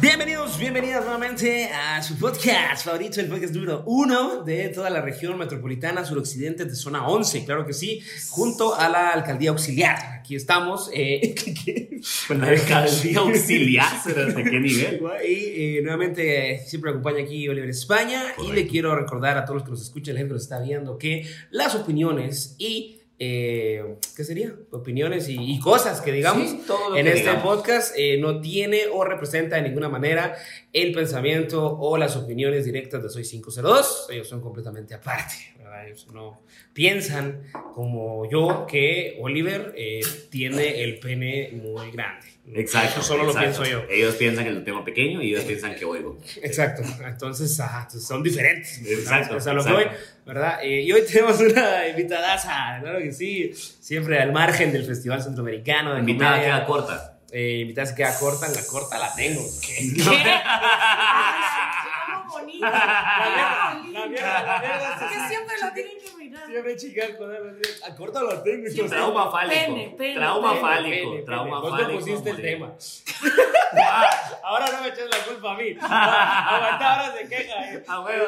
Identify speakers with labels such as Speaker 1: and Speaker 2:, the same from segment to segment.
Speaker 1: bienvenidos, bienvenidas nuevamente a su podcast favorito, el podcast número uno de toda la región metropolitana suroccidente de zona 11, claro que sí, junto a la alcaldía auxiliar. Aquí estamos. eh,
Speaker 2: Con la alcaldía auxiliar, ¿será? ¿hasta qué nivel?
Speaker 1: Y eh, nuevamente eh, siempre acompaña aquí Oliver España y
Speaker 2: Correcto.
Speaker 1: le quiero recordar a todos los que nos escuchan, la gente que nos está viendo, que las opiniones y... eh, ¿Qué sería? Opiniones y, y cosas que digamos
Speaker 2: Sí, todo lo
Speaker 1: en
Speaker 2: que
Speaker 1: este
Speaker 2: digamos.
Speaker 1: podcast eh, no tiene o representa de ninguna manera el pensamiento o las opiniones directas de Soy 502. Ellos son completamente aparte, ¿verdad? Ellos no piensan como yo que Oliver eh, tiene el pene muy grande.
Speaker 2: Exacto.
Speaker 1: Eso solo
Speaker 2: exacto.
Speaker 1: lo pienso yo.
Speaker 2: Ellos piensan que lo tengo pequeño y ellos piensan que oigo.
Speaker 1: Exacto, entonces ajá, entonces son diferentes.
Speaker 2: Exacto,
Speaker 1: Es a lo que
Speaker 2: exacto.
Speaker 1: voy, ¿verdad? Eh, y hoy tenemos una invitadaza, claro que sí, siempre al margen del Festival Centroamericano.
Speaker 2: La
Speaker 1: De
Speaker 2: invitada
Speaker 1: comedia.
Speaker 2: queda corta.
Speaker 1: Eh, invitada se queda corta, en la corta la tengo. ¿Qué?
Speaker 3: Algo bonito, algo
Speaker 1: mierda, la
Speaker 3: lindo.
Speaker 1: mierda, la mierda.
Speaker 3: Que siempre lo tienen que mirar.
Speaker 1: Siempre chica, con la- la Ah, corta la tengo. entonces-
Speaker 3: Siempre.
Speaker 2: Trauma fálico.
Speaker 3: Pene, pene,
Speaker 2: trauma
Speaker 3: pene,
Speaker 2: fálico.
Speaker 1: Pene,
Speaker 2: trauma
Speaker 1: pene. Vos
Speaker 2: fálico.
Speaker 1: me pusiste el
Speaker 2: hombre.
Speaker 1: tema. Ahora no me echas la culpa a mí. Aguanta, ahora se queja. eh.
Speaker 2: A huevo.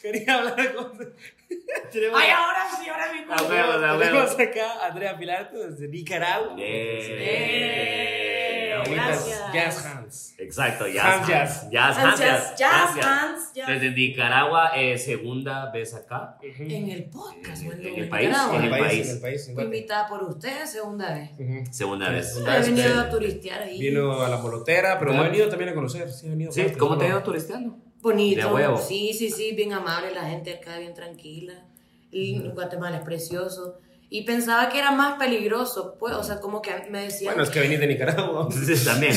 Speaker 1: Quería hablar con. Tenemos-
Speaker 3: Ay, ahora sí, ahora mi
Speaker 2: A huevo, a
Speaker 1: Tenemos
Speaker 2: huevo.
Speaker 1: acá a Andrea Pilarto desde Nicaragua.
Speaker 2: Bien.
Speaker 1: With
Speaker 3: Gracias.
Speaker 1: us, Eh, Jazz Hands.
Speaker 2: Exacto,
Speaker 1: Hands
Speaker 2: jazz.
Speaker 1: jazz.
Speaker 2: Jazz, jazz, hands
Speaker 3: Jazz,
Speaker 2: jazz,
Speaker 3: jazz,
Speaker 2: hands jazz.
Speaker 3: hands, jazz.
Speaker 2: Desde Nicaragua, eh, segunda vez acá.
Speaker 3: En el podcast,
Speaker 2: En-
Speaker 3: bueno,
Speaker 2: en el país,
Speaker 3: Nicaragua.
Speaker 2: en el país.
Speaker 1: En el país. en
Speaker 3: Fui
Speaker 1: Guate.
Speaker 3: invitada por ustedes, segunda vez.
Speaker 1: Ujú.
Speaker 2: Segunda vez.
Speaker 3: He venido a turistear ahí.
Speaker 1: Vino a la molotera, pero
Speaker 2: Claro.
Speaker 1: ha venido también a conocer. Sí, ha venido
Speaker 2: Sí,
Speaker 1: aparte,
Speaker 2: ¿Cómo
Speaker 1: ¿no?
Speaker 2: te ha ido turisteando?
Speaker 3: Bonito.
Speaker 2: De huevo.
Speaker 3: Sí, sí, sí, bien amable la gente acá, bien tranquila. Y Guatemala es precioso. Y pensaba que era más peligroso, pues, o sea, como que me decían
Speaker 1: Bueno, es que venís de Nicaragua.
Speaker 2: Sí, También.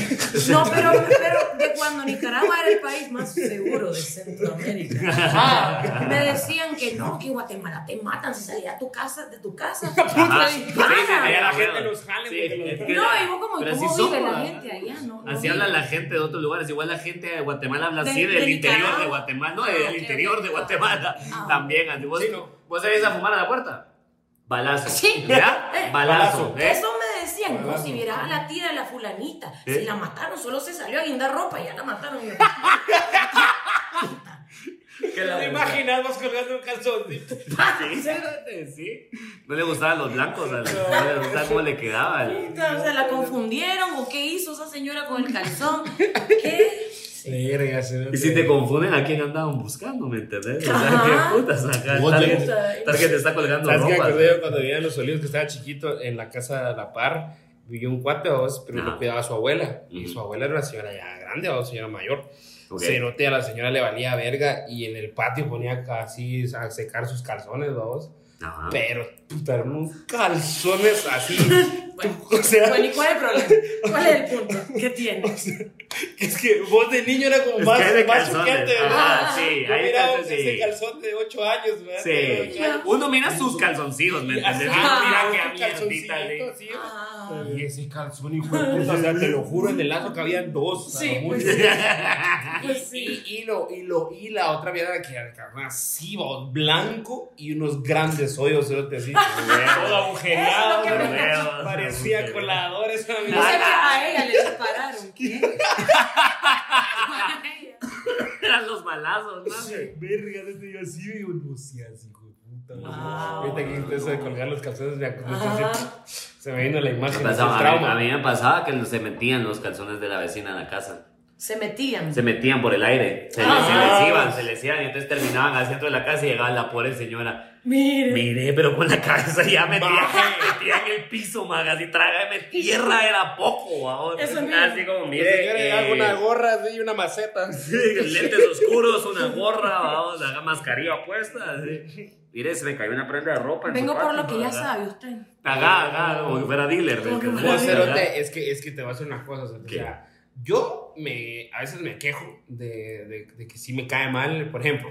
Speaker 3: No, pero, pero de cuando Nicaragua era el país más seguro de Centroamérica. me decían que no, que en Guatemala te matan si salías a tu casa, de tu casa.
Speaker 2: Ajá.
Speaker 3: te
Speaker 2: Sí, sí, sí,
Speaker 1: a
Speaker 2: a
Speaker 3: disparan.
Speaker 1: la
Speaker 2: la
Speaker 1: gente
Speaker 2: gente
Speaker 1: los jalen porque los-
Speaker 2: es que
Speaker 3: No, y vos como,
Speaker 2: pero
Speaker 3: ¿cómo
Speaker 2: así
Speaker 3: vive
Speaker 2: somos,
Speaker 3: la
Speaker 2: ¿verdad?
Speaker 3: gente allá? No, no
Speaker 2: Así
Speaker 3: vive.
Speaker 2: habla la gente de otros lugares. Igual la gente de Guatemala habla
Speaker 3: De-
Speaker 2: así del
Speaker 3: de
Speaker 2: interior
Speaker 3: Nicaragua.
Speaker 2: de Guatemala. No,
Speaker 3: Ah,
Speaker 2: del
Speaker 3: ok.
Speaker 2: interior de Guatemala.
Speaker 3: Ah.
Speaker 2: También. así. ¿Vos,
Speaker 1: Sí, no.
Speaker 2: vos salís a fumar a la puerta? Balazo.
Speaker 3: Sí.
Speaker 2: ¿Ya?
Speaker 3: Eh.
Speaker 2: Balazo. ¿eh?
Speaker 3: Eso me decían, no,
Speaker 1: Balazo.
Speaker 3: si vieras a la tía de la fulanita,
Speaker 2: ¿Eh?
Speaker 3: si la mataron, solo se salió a guindar ropa y ya la mataron. Y yo,
Speaker 2: Que la-
Speaker 1: ¿Te imaginas vos colgando un calzoncito?
Speaker 2: Sí, espérate, sí. No le gustaban los blancos. a la- No, le gustaba cómo le quedaba. el-
Speaker 3: puta, ¿Se la confundieron o qué hizo esa señora con el calzón? ¿Qué?
Speaker 1: Verga, se ve-
Speaker 2: Y si te confunden a quién andaban buscando, ¿me entendés? O sea,
Speaker 3: Ajá.
Speaker 2: qué putas acá.
Speaker 1: Vos
Speaker 2: Target,
Speaker 3: tenés-
Speaker 2: Target te está colgando
Speaker 1: ¿Sabes qué me
Speaker 2: ropa.
Speaker 1: acordé yo cuando vivía en los olivos que estaba chiquito en la casa de la par? Vivía un cuate, vos, pero
Speaker 2: Ajá.
Speaker 1: lo cuidaba su abuela. Y
Speaker 2: Ah. Ujú.
Speaker 1: su abuela era una señora ya grande, vos, señora mayor.
Speaker 2: Ok.
Speaker 1: Se note a la señora le valía verga y en el patio ponía así a secar sus calzones, vos.
Speaker 2: Ajá.
Speaker 1: Pero, puta, eran unos calzones así. o sea,
Speaker 3: Bueno, ¿y cuál es el problema? ¿Cuál es el punto? ¿Qué tiene?
Speaker 1: es que vos de niño era como
Speaker 2: Es
Speaker 1: más,
Speaker 2: que de
Speaker 1: más
Speaker 2: calzones.
Speaker 1: choqueante, ¿verdad?
Speaker 2: Ajá, sí,
Speaker 1: Yo
Speaker 2: ahí
Speaker 1: miraba
Speaker 2: está,
Speaker 1: ese
Speaker 2: sí.
Speaker 1: calzón de 8 años, ¿verdad? De
Speaker 2: Sí.
Speaker 1: ocho años.
Speaker 2: Uno mira sus calzoncillos, ¿me entiendes?
Speaker 1: Ajá,
Speaker 2: Mira
Speaker 1: un
Speaker 2: qué
Speaker 1: ah, calzoncito,
Speaker 2: mierdita, sí.
Speaker 1: sí.
Speaker 3: Ah,
Speaker 1: Y ese calzón, hijo de puta, o sea, te lo juro, en el lazo cabían dos. a lo
Speaker 3: Sí,
Speaker 1: mucho.
Speaker 3: pues pues sí.
Speaker 1: Y, y lo, y, lo, y la otra mierda que era carnal, así, vos, blanco y unos grandes hoyos, cerote, así, todo agujereado,
Speaker 3: Eso es lo que me
Speaker 1: ¿verdad?
Speaker 2: encanta.
Speaker 1: parecía colador esa
Speaker 3: O sea que
Speaker 1: mierda.
Speaker 3: a ella le dispararon. ¿Qué?
Speaker 2: Eran los balazos, mami.
Speaker 1: Verga, te digo así, digo, no seas hijo de puta. ¿no?
Speaker 3: Ah.
Speaker 1: Ahorita que dijiste eso de colgar los calzones, me acordé,
Speaker 3: Ah.
Speaker 1: se me vino la imagen, del
Speaker 2: Me pasaba, a, mí,
Speaker 1: trauma.
Speaker 2: a mí me pasaba que se metían los calzones de la vecina en la casa.
Speaker 3: Se metían.
Speaker 2: Se metían por el aire. Se, les, se les iban, se les iban. Y entonces terminaban al centro de la casa y llegaba la pobre señora.
Speaker 3: Mire.
Speaker 2: Mire, pero con la cabeza ya metía,
Speaker 1: Maje.
Speaker 2: metía en el piso, maga. Así trágame tierra, era poco. ahora.
Speaker 3: Eso mismo.
Speaker 2: Así como, mire.
Speaker 1: La señora llegaba con
Speaker 2: eh,
Speaker 1: una gorra así, y una maceta.
Speaker 2: Sí, lentes oscuros, una gorra, vamos, la mascarilla puesta. así. Mire, se me cayó una prenda de ropa. en su
Speaker 3: Vengo por
Speaker 2: cuarto,
Speaker 3: lo que ya
Speaker 2: ¿verdad?
Speaker 3: sabe usted.
Speaker 2: Agá, agá, como que fuera dealer.
Speaker 3: Como que
Speaker 2: ¿me
Speaker 3: fuera
Speaker 1: No,
Speaker 2: entendés?
Speaker 3: dealer.
Speaker 2: Ajá.
Speaker 1: cerote, es que, es que te voy a hacer una cosa. cerote, O
Speaker 2: ¿Qué?
Speaker 1: sea, yo me, a veces me quejo de, de- de que sí me cae mal. Por ejemplo,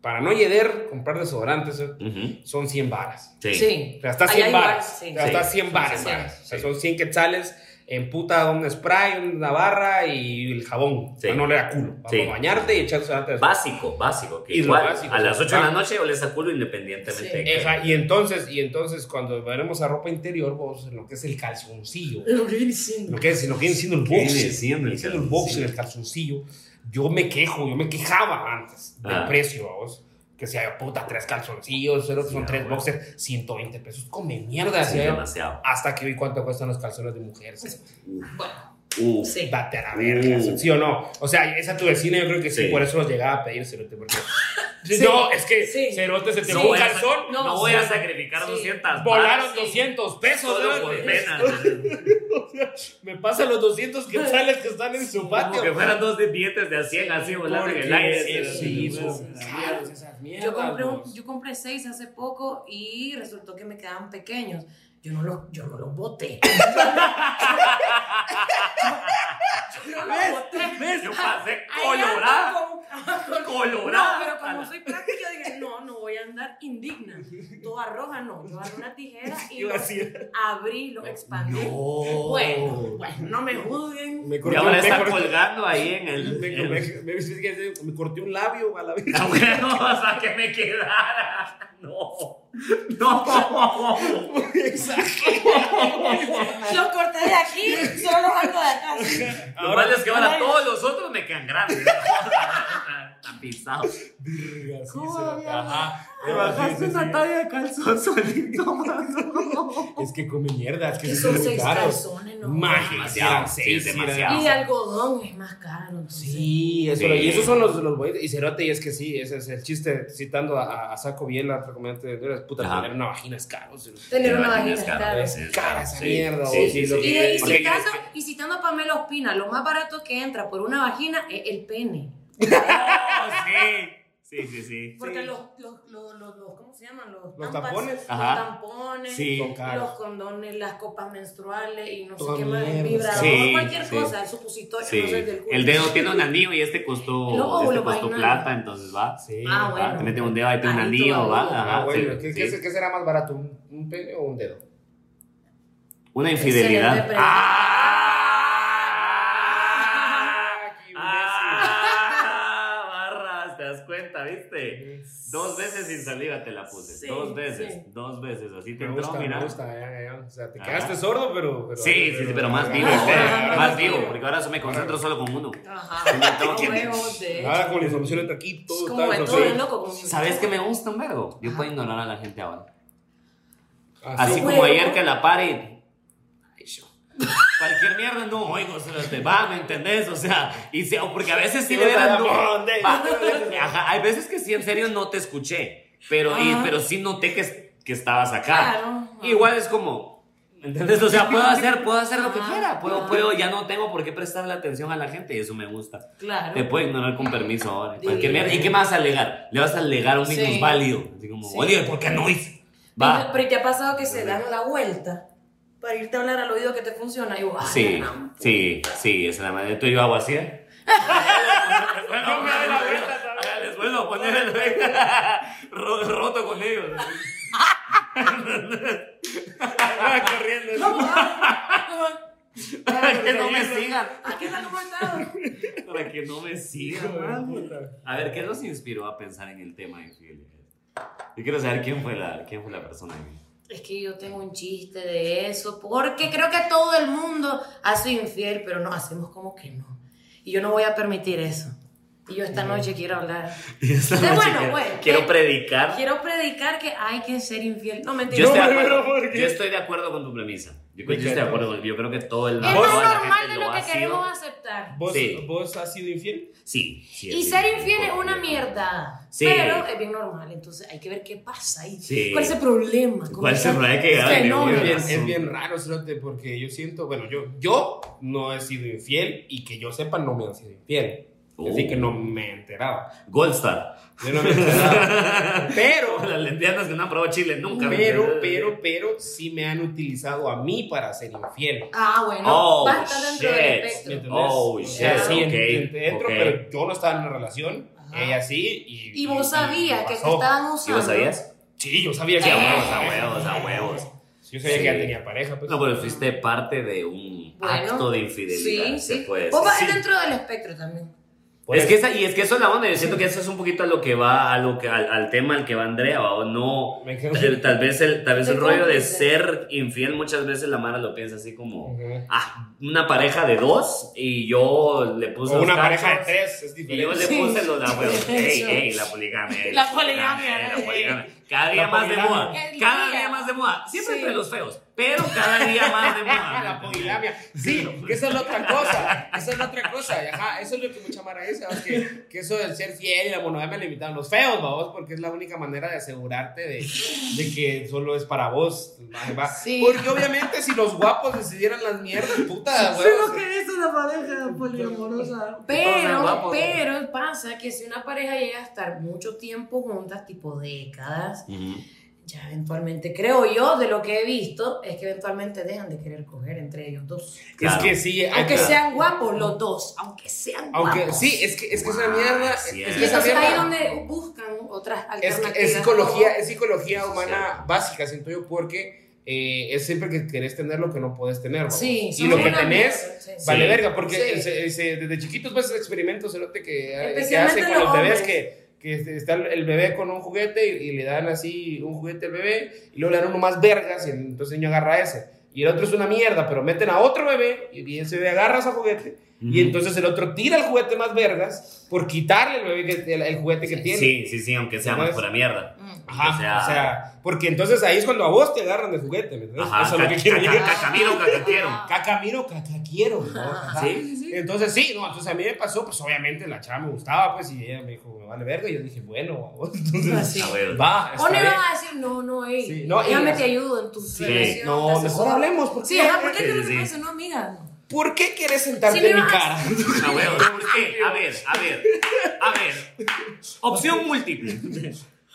Speaker 1: para no yeder, comprar desodorantes eh,
Speaker 2: Ujú.
Speaker 1: son 100 varas.
Speaker 2: Sí.
Speaker 1: Te gastas
Speaker 3: Allá
Speaker 1: 100
Speaker 3: igual,
Speaker 1: varas.
Speaker 3: sí.
Speaker 1: Te gastas
Speaker 2: Sí,
Speaker 1: 100
Speaker 2: son
Speaker 1: varas.
Speaker 2: 100 varas,
Speaker 1: varas. O sea,
Speaker 2: sí.
Speaker 1: son 100 quetzales. en puta un spray, una barra y el jabón.
Speaker 2: Sí.
Speaker 1: Para no le da culo. Para
Speaker 2: Sí.
Speaker 1: bañarte y echarse antes.
Speaker 2: Básico, básico. Que
Speaker 1: Y lo
Speaker 2: igual,
Speaker 1: básico, Ah.
Speaker 2: a
Speaker 1: o sea,
Speaker 2: las 8 de la
Speaker 1: vamos.
Speaker 2: noche oles a culo independientemente.
Speaker 3: Sí.
Speaker 2: de que-
Speaker 1: Ajá, y entonces, y entonces cuando veremos a ropa interior, vos, lo que es el calzoncillo,
Speaker 3: Lo que viene siendo.
Speaker 1: lo que es, lo que viene siendo el
Speaker 2: ¿Qué viene
Speaker 1: boxer,
Speaker 2: siendo el
Speaker 1: viene siendo el boxer, el calzoncillo, yo me quejo, yo me quejaba antes del
Speaker 2: Ah.
Speaker 1: precio, vos. Que sea, puta, tres calzoncillos, cero, que
Speaker 2: Sí,
Speaker 1: son
Speaker 2: ah,
Speaker 1: tres
Speaker 2: bueno.
Speaker 1: boxers, 120 pesos, come mierda,
Speaker 2: Sí,
Speaker 1: hacía yo.
Speaker 2: demasiado.
Speaker 1: hasta que vi cuánto cuestan los calzones de mujeres.
Speaker 3: Bueno,
Speaker 2: Uh,
Speaker 3: sí.
Speaker 1: Date a la verga,
Speaker 2: Uh.
Speaker 1: ¿sí o no? O sea, esa tu vecina yo creo que sí,
Speaker 2: Sí.
Speaker 1: por eso los llegaba a pedir cerote, porque...
Speaker 3: Sí.
Speaker 1: No, es que
Speaker 3: Sí.
Speaker 1: cerote se te
Speaker 3: Sí.
Speaker 1: fue un
Speaker 2: voy a-
Speaker 1: calzón,
Speaker 2: No,
Speaker 3: No,
Speaker 2: voy
Speaker 3: sí.
Speaker 2: a sacrificar
Speaker 3: Sí.
Speaker 2: 200
Speaker 1: Volaron
Speaker 2: varas
Speaker 1: 200 pesos.
Speaker 2: solo
Speaker 1: ¿no?
Speaker 2: por pena.
Speaker 1: Me pasan los 200 quetzales que están en su
Speaker 2: Como que
Speaker 1: patio.
Speaker 2: fueran dos billetes de a 100 así volando en el aire.
Speaker 1: sí,
Speaker 2: Sí,
Speaker 1: son
Speaker 2: sí.
Speaker 1: caros esas mierdas,
Speaker 3: Yo compré, un-
Speaker 1: vos.
Speaker 3: yo compré seis hace poco y resultó que me quedaban pequeños. Yo no los, yo no los boté. yo no los boté.
Speaker 2: Yo pasé
Speaker 3: Ahí ando
Speaker 2: colorado.
Speaker 3: con-
Speaker 2: Colorada.
Speaker 3: No, pero como soy práctica, yo dije, no, no voy a andar indigna. Toda roja, no. Yo agarré una tijera y
Speaker 1: Iba
Speaker 3: lo
Speaker 1: así.
Speaker 3: abrí, lo expandí.
Speaker 1: No.
Speaker 3: Bueno, bueno, no me juzguen.
Speaker 1: Me
Speaker 2: Y
Speaker 1: corté un
Speaker 2: ahora está
Speaker 1: me corté-
Speaker 2: colgando ahí en el.
Speaker 1: me-
Speaker 2: en-
Speaker 1: me- me- me- me corté un labio a la vez.
Speaker 2: No, no, o sea, que me quedara. No. No.
Speaker 3: Lo corté de aquí, solo lo saco de acá.
Speaker 2: Lo malo es que ahora todos los otros me quedan grandes. Están pisados.
Speaker 1: Verga, sí,
Speaker 3: ¿Cómo,
Speaker 1: cerote,
Speaker 3: mi amor?
Speaker 1: ajá.
Speaker 2: Me bajaste
Speaker 1: Sí, sí, sí.
Speaker 2: una talla de calzón solito, mano.
Speaker 1: Es que come mierda, es que
Speaker 3: Que
Speaker 1: sí
Speaker 3: son
Speaker 1: son
Speaker 3: seis
Speaker 1: caros.
Speaker 3: calzones, no.
Speaker 1: Maje,
Speaker 2: Demasiado,
Speaker 1: eran
Speaker 2: sí,
Speaker 1: seis, eran
Speaker 2: demasiado.
Speaker 1: seis.
Speaker 3: Y de algodón es más caro. no sé.
Speaker 1: Sí, eso,
Speaker 2: Sí.
Speaker 1: y esos son los, los buenos. Y Cerote, y es que sí, ese es el chiste, citando a, a- a Saco Biela, recomendante de las putas,
Speaker 2: Ajá.
Speaker 1: tener una vagina es caro. cerote.
Speaker 3: Tener una vagina es caro.
Speaker 1: sí. cara esa mierda,
Speaker 2: Sí,
Speaker 1: vos,
Speaker 2: sí,
Speaker 1: y
Speaker 2: sí.
Speaker 1: lo
Speaker 3: Y, de- y
Speaker 1: Porque
Speaker 3: citando, y citando a Pamela Ospina, lo más barato que entra por una vagina es el pene.
Speaker 2: Oh, sí. Sí, sí, sí.
Speaker 3: Porque los, los, los, los, los- ¿cómo se llaman? Los,
Speaker 1: Los
Speaker 3: tampas,
Speaker 1: tapones.
Speaker 2: Ajá.
Speaker 3: Los tampones.
Speaker 2: Sí.
Speaker 1: Son caros.
Speaker 3: Los condones, las copas menstruales y no
Speaker 1: Toda
Speaker 3: sé qué más, el
Speaker 1: mierda.
Speaker 3: vibrador,
Speaker 2: Sí,
Speaker 3: cualquier
Speaker 2: sí.
Speaker 3: cosa, el supositorio,
Speaker 2: Sí.
Speaker 3: no sé, del culo.
Speaker 2: El dedo tiene un anillo y este costó,
Speaker 3: El óvulo
Speaker 2: este costó
Speaker 3: vaginal.
Speaker 2: plata, entonces va.
Speaker 1: Sí.
Speaker 3: Ah,
Speaker 2: Va,
Speaker 3: bueno.
Speaker 2: Te mete un dedo ahí, tiene un
Speaker 3: Ahí
Speaker 2: anillo, va.
Speaker 3: todavía.
Speaker 1: Ah,
Speaker 2: Ajá,
Speaker 1: bueno,
Speaker 2: sí,
Speaker 1: ¿qué,
Speaker 2: sí.
Speaker 1: qué se- qué será más barato, un, un pene o un dedo?
Speaker 2: Una
Speaker 3: Excelente
Speaker 2: infidelidad.
Speaker 3: pregunta.
Speaker 2: ¡Ah!
Speaker 1: qué
Speaker 2: ¡Ah! Barras, te das cuenta, ¿viste? Dos veces sin saliva te la puse.
Speaker 3: Sí,
Speaker 2: dos veces,
Speaker 3: sí.
Speaker 2: dos veces. Así te
Speaker 1: Me
Speaker 2: entró,
Speaker 1: gusta,
Speaker 2: mira.
Speaker 1: me gusta. ya, ya, ya. O sea, te
Speaker 2: Ajá.
Speaker 1: quedaste sordo, pero... pero-
Speaker 2: Sí, sí, sí, pero más vivo,
Speaker 3: Ah,
Speaker 2: usted,
Speaker 3: ah,
Speaker 2: más
Speaker 3: ah,
Speaker 2: vivo,
Speaker 3: ah,
Speaker 2: porque ahora solo me concentro solo con uno.
Speaker 3: Ajá.
Speaker 2: tengo que-
Speaker 3: huevos de-
Speaker 2: Ah,
Speaker 1: Ahora con Ah, la información entre aquí,
Speaker 3: Es
Speaker 1: todo
Speaker 3: como
Speaker 1: está
Speaker 3: de
Speaker 1: así.
Speaker 3: todo, es loco. como-
Speaker 2: ¿Sabes qué me gusta un vergo? Yo puedo ignorar a la gente ahora.
Speaker 1: Así.
Speaker 2: Así
Speaker 3: güey.
Speaker 2: como ayer que la pare. Ay, yo. Cualquier mierda no oigo, se te va, ¿me entendés? O sea, y se- o porque a veces sí
Speaker 1: Sí,
Speaker 2: de
Speaker 1: o sea,
Speaker 2: veras no.
Speaker 1: ¿dónde?
Speaker 2: Va. Ah, Ajá, hay veces que sí, en serio no te escuché, pero, y-
Speaker 3: Ajá.
Speaker 2: pero sí noté que, que estabas acá.
Speaker 3: Claro.
Speaker 2: Igual es como. ¿me ¿Entendés? O sea, puedo hacer, puedo hacer lo que
Speaker 3: Ajá,
Speaker 2: quiera, puedo,
Speaker 3: ajá.
Speaker 2: puedo, ya no tengo por qué prestarle atención a la gente y eso me gusta.
Speaker 3: Claro.
Speaker 2: Te puedo ignorar con permiso ahora.
Speaker 3: Sí.
Speaker 2: Cualquier mierda. ¿Y qué más alegar? Le vas a alegar a un
Speaker 3: Sí.
Speaker 2: minusválido. Así como,
Speaker 3: Sí.
Speaker 2: oye, ¿por qué no hice?
Speaker 3: Pero-
Speaker 2: Va.
Speaker 3: Pero ¿y te ha pasado que se dan la vuelta para irte a hablar al oído que te funciona y vos, ay,
Speaker 2: Sí,
Speaker 3: caramba.
Speaker 2: sí, sí, esa es la manera. ¿Tú yo hago así? ¿eh?
Speaker 1: No me doy la vuelta,
Speaker 2: Ah, Les vuelvo a poner el rey. Ro- roto con ellos.
Speaker 1: Ah, corriendo.
Speaker 3: ¿Cómo va?
Speaker 2: Para que no me sigan.
Speaker 3: ¿A qué tal cómo estás?
Speaker 2: Para que no me sigan.
Speaker 1: Hijo de
Speaker 2: mami.
Speaker 1: puta.
Speaker 2: A ver, ¿qué nos inspiró a pensar en el tema de infidelidad? Yo quiero saber quién fue la, quién fue la persona.
Speaker 3: Es que yo tengo un chiste de eso, porque creo que todo el mundo ha sido infiel, pero nos hacemos como que no. Y yo no voy a permitir eso. Y yo esta noche quiero hablar.
Speaker 2: Y esta
Speaker 3: Sí,
Speaker 2: noche
Speaker 3: bueno,
Speaker 2: quiero,
Speaker 3: güey,
Speaker 2: quiero
Speaker 3: ¿qué?
Speaker 2: predicar.
Speaker 3: Quiero predicar que hay que ser infiel. No, mentira.
Speaker 2: Yo,
Speaker 1: No,
Speaker 2: estoy de
Speaker 1: pero
Speaker 2: acuerdo,
Speaker 1: ¿por qué?
Speaker 2: yo estoy de acuerdo con tu premisa. Yo, creo- yo estoy de acuerdo con- Yo creo que todo el
Speaker 3: es
Speaker 2: toda
Speaker 3: más
Speaker 2: la gente
Speaker 3: normal de lo que
Speaker 2: ha sido.
Speaker 3: queremos aceptar.
Speaker 1: ¿Vos,
Speaker 2: Sí.
Speaker 1: ¿Vos has sido infiel?
Speaker 2: Sí. sí,
Speaker 3: Y
Speaker 2: sí,
Speaker 3: ser
Speaker 2: sí,
Speaker 3: infiel es
Speaker 2: por-
Speaker 3: una mierda.
Speaker 2: Sí.
Speaker 3: Pero es bien normal, entonces hay que ver qué pasa ahí.
Speaker 2: Sí.
Speaker 3: ¿Cuál es el problema? ¿Cómo
Speaker 2: ¿Cuál es el
Speaker 3: está?
Speaker 2: problema que
Speaker 3: Es
Speaker 2: gana?
Speaker 3: fenómeno.
Speaker 1: Es bien,
Speaker 2: razón.
Speaker 1: es bien raro, Cerote, porque yo siento, bueno, yo, yo no he sido infiel y que yo sepa no me han sido infiel. Así
Speaker 2: Oh.
Speaker 1: que no me he enterado.
Speaker 2: Gold Star.
Speaker 1: Yo no me he enterado. Pero,
Speaker 2: Las lesbianas que no han probado chile nunca. Eh,
Speaker 1: pero, pero, pero, sí me han utilizado a mí para ser infiel.
Speaker 3: Ah, bueno.
Speaker 2: Oh,
Speaker 3: va a estar dentro del
Speaker 2: shit.
Speaker 1: ¿Me
Speaker 3: espectro.
Speaker 1: entendés?
Speaker 2: Oh,
Speaker 1: O sea,
Speaker 3: shit,
Speaker 1: sí,
Speaker 2: ok,
Speaker 1: ent- ent- entro,
Speaker 2: ok.
Speaker 1: pero yo no estaba en una relación,
Speaker 3: Ajá.
Speaker 1: ella sí. Y,
Speaker 3: Y vos sabías que te
Speaker 1: pasó.
Speaker 3: estaban
Speaker 2: ¿Y
Speaker 3: usando.
Speaker 2: vos sabías?
Speaker 1: Sí, yo sabía que era
Speaker 2: A huevos,
Speaker 1: una
Speaker 2: a
Speaker 1: pareja.
Speaker 2: huevos, a huevos.
Speaker 1: Yo sabía
Speaker 2: Sí.
Speaker 1: que ya tenía pareja. Pues.
Speaker 2: No, pero fuiste parte de un
Speaker 3: Bueno,
Speaker 2: acto de infidelidad.
Speaker 3: Sí,
Speaker 2: se
Speaker 3: sí.
Speaker 2: puede decir.
Speaker 3: o va
Speaker 1: sí.
Speaker 3: dentro del espectro también.
Speaker 1: Pues-
Speaker 2: es que esa, y es que eso es la onda, yo siento que eso es un poquito a lo que va, a lo que, al, al tema al que va Andrea, ¿va? o no,
Speaker 1: Me quedo-
Speaker 2: tal, tal vez el, tal vez
Speaker 3: Te
Speaker 2: el rollo de
Speaker 3: cómplice.
Speaker 2: ser infiel, muchas veces la Mara lo piensa así como, ah, una pareja de dos, y yo le puse
Speaker 1: O
Speaker 2: los
Speaker 1: una
Speaker 2: cachos,
Speaker 1: pareja de tres es
Speaker 2: Y yo
Speaker 1: diferente.
Speaker 2: le
Speaker 3: Sí.
Speaker 2: puse los la huevo.
Speaker 3: Sí.
Speaker 2: Ey, ey, la poligamia. ey,
Speaker 3: La
Speaker 2: ey,
Speaker 3: poligamia,
Speaker 2: La
Speaker 3: ey.
Speaker 2: poligamia. Cada
Speaker 1: La
Speaker 2: día más de
Speaker 1: poligamia.
Speaker 2: moda.
Speaker 3: El
Speaker 2: Cada
Speaker 3: día.
Speaker 2: día más de moda. Siempre
Speaker 3: Sí.
Speaker 2: entre los feos. Pero cada día más de moda.
Speaker 1: Ah, la poligamia. Sí, que esa es la otra cosa. Esa es la otra cosa. y Ajá, eso es lo que mucha mara dice, ¿vamos? que, que eso del ser fiel y la monogamia limitada los feos, vamos, porque es la única manera de asegurarte de, de que solo es para vos. va,
Speaker 2: Ah,
Speaker 1: va.
Speaker 3: Sí.
Speaker 1: Porque obviamente si los guapos decidieran las mierdas, puta, huevos.
Speaker 3: es una pareja poliamorosa.
Speaker 2: Todos son
Speaker 3: Pero,
Speaker 2: guapos.
Speaker 3: pero pasa que si una pareja llega a estar mucho tiempo juntas, tipo décadas, ya eventualmente, creo yo, de lo que he visto, es que eventualmente dejan de querer coger entre ellos dos.
Speaker 1: Es
Speaker 2: Claro.
Speaker 1: que sí, hay
Speaker 3: Aunque
Speaker 1: que-
Speaker 3: sean guapos los dos, aunque sean
Speaker 1: aunque
Speaker 3: guapos.
Speaker 1: sí, es que es que es una
Speaker 2: Wow,
Speaker 1: mierda,
Speaker 2: sí
Speaker 1: es
Speaker 2: es.
Speaker 1: que esa
Speaker 3: Entonces, ahí
Speaker 1: mierda.
Speaker 3: es donde buscan otras
Speaker 1: es,
Speaker 3: alternativas.
Speaker 1: es psicología, es psicología
Speaker 2: Sí,
Speaker 1: humana básica, siento yo, porque eh, es siempre que querés tener lo que no puedes tener. ¿no?
Speaker 3: Sí,
Speaker 1: y lo
Speaker 3: somos
Speaker 1: que
Speaker 3: una
Speaker 1: tenés,
Speaker 3: mierda, sí.
Speaker 1: vale
Speaker 2: Sí.
Speaker 1: verga, porque
Speaker 3: Sí.
Speaker 1: se- se- desde chiquitos ves experimentos, cerote, que, que
Speaker 3: Especialmente
Speaker 1: hacen con los
Speaker 3: los
Speaker 1: bebés
Speaker 3: hombres.
Speaker 1: que que este- está el- el bebé con un juguete y, y le dan así un juguete al bebé y luego le dan uno más vergas y entonces el niño agarra ese y el otro es una mierda pero meten a otro bebé y ese bebé agarra ese juguete y
Speaker 2: Ujú.
Speaker 1: entonces el otro tira el juguete más vergas por quitarle el bebé que- el, el juguete que tiene
Speaker 2: Sí, sí, sí, aunque sea más
Speaker 1: Entonces-
Speaker 2: pura mierda.
Speaker 3: Mm.
Speaker 1: Ajá,
Speaker 2: O sea-
Speaker 1: o sea, porque entonces ahí es cuando a vos te agarran de juguete, ¿me entiendes?
Speaker 2: Ajá.
Speaker 1: Eso es lo que
Speaker 2: ca-
Speaker 1: quiero
Speaker 2: ca-
Speaker 1: llegar.
Speaker 2: Cacamiro, cacaquero.
Speaker 3: Ah.
Speaker 1: Caca miro, caca quiero, ¿no? Ajá.
Speaker 2: Sí, sí, sí.
Speaker 1: Entonces sí, no, entonces a mí me pasó, pues obviamente la chava me gustaba, pues, y ella me dijo, me vale verga, y yo dije, bueno, a vos, entonces,
Speaker 3: Así.
Speaker 2: A ver.
Speaker 1: va,
Speaker 3: O
Speaker 1: está
Speaker 3: no
Speaker 1: bien.
Speaker 3: iban a decir, no, no, ey,
Speaker 1: Sí, no,
Speaker 3: ya
Speaker 1: y-
Speaker 3: me te ayudo en tus
Speaker 2: Sí.
Speaker 3: relaciones.
Speaker 1: No, mejor hablemos, porque
Speaker 3: Sí, ajá, ¿por qué
Speaker 2: Sí,
Speaker 3: te lo
Speaker 2: sí.
Speaker 3: que eso? No, amiga.
Speaker 1: ¿por qué quieres sentarte
Speaker 3: Sí, me
Speaker 1: en mi
Speaker 3: vas-
Speaker 1: cara?
Speaker 2: A ver, ¿por qué? A ver, a ver. A ver. Opción múltiple.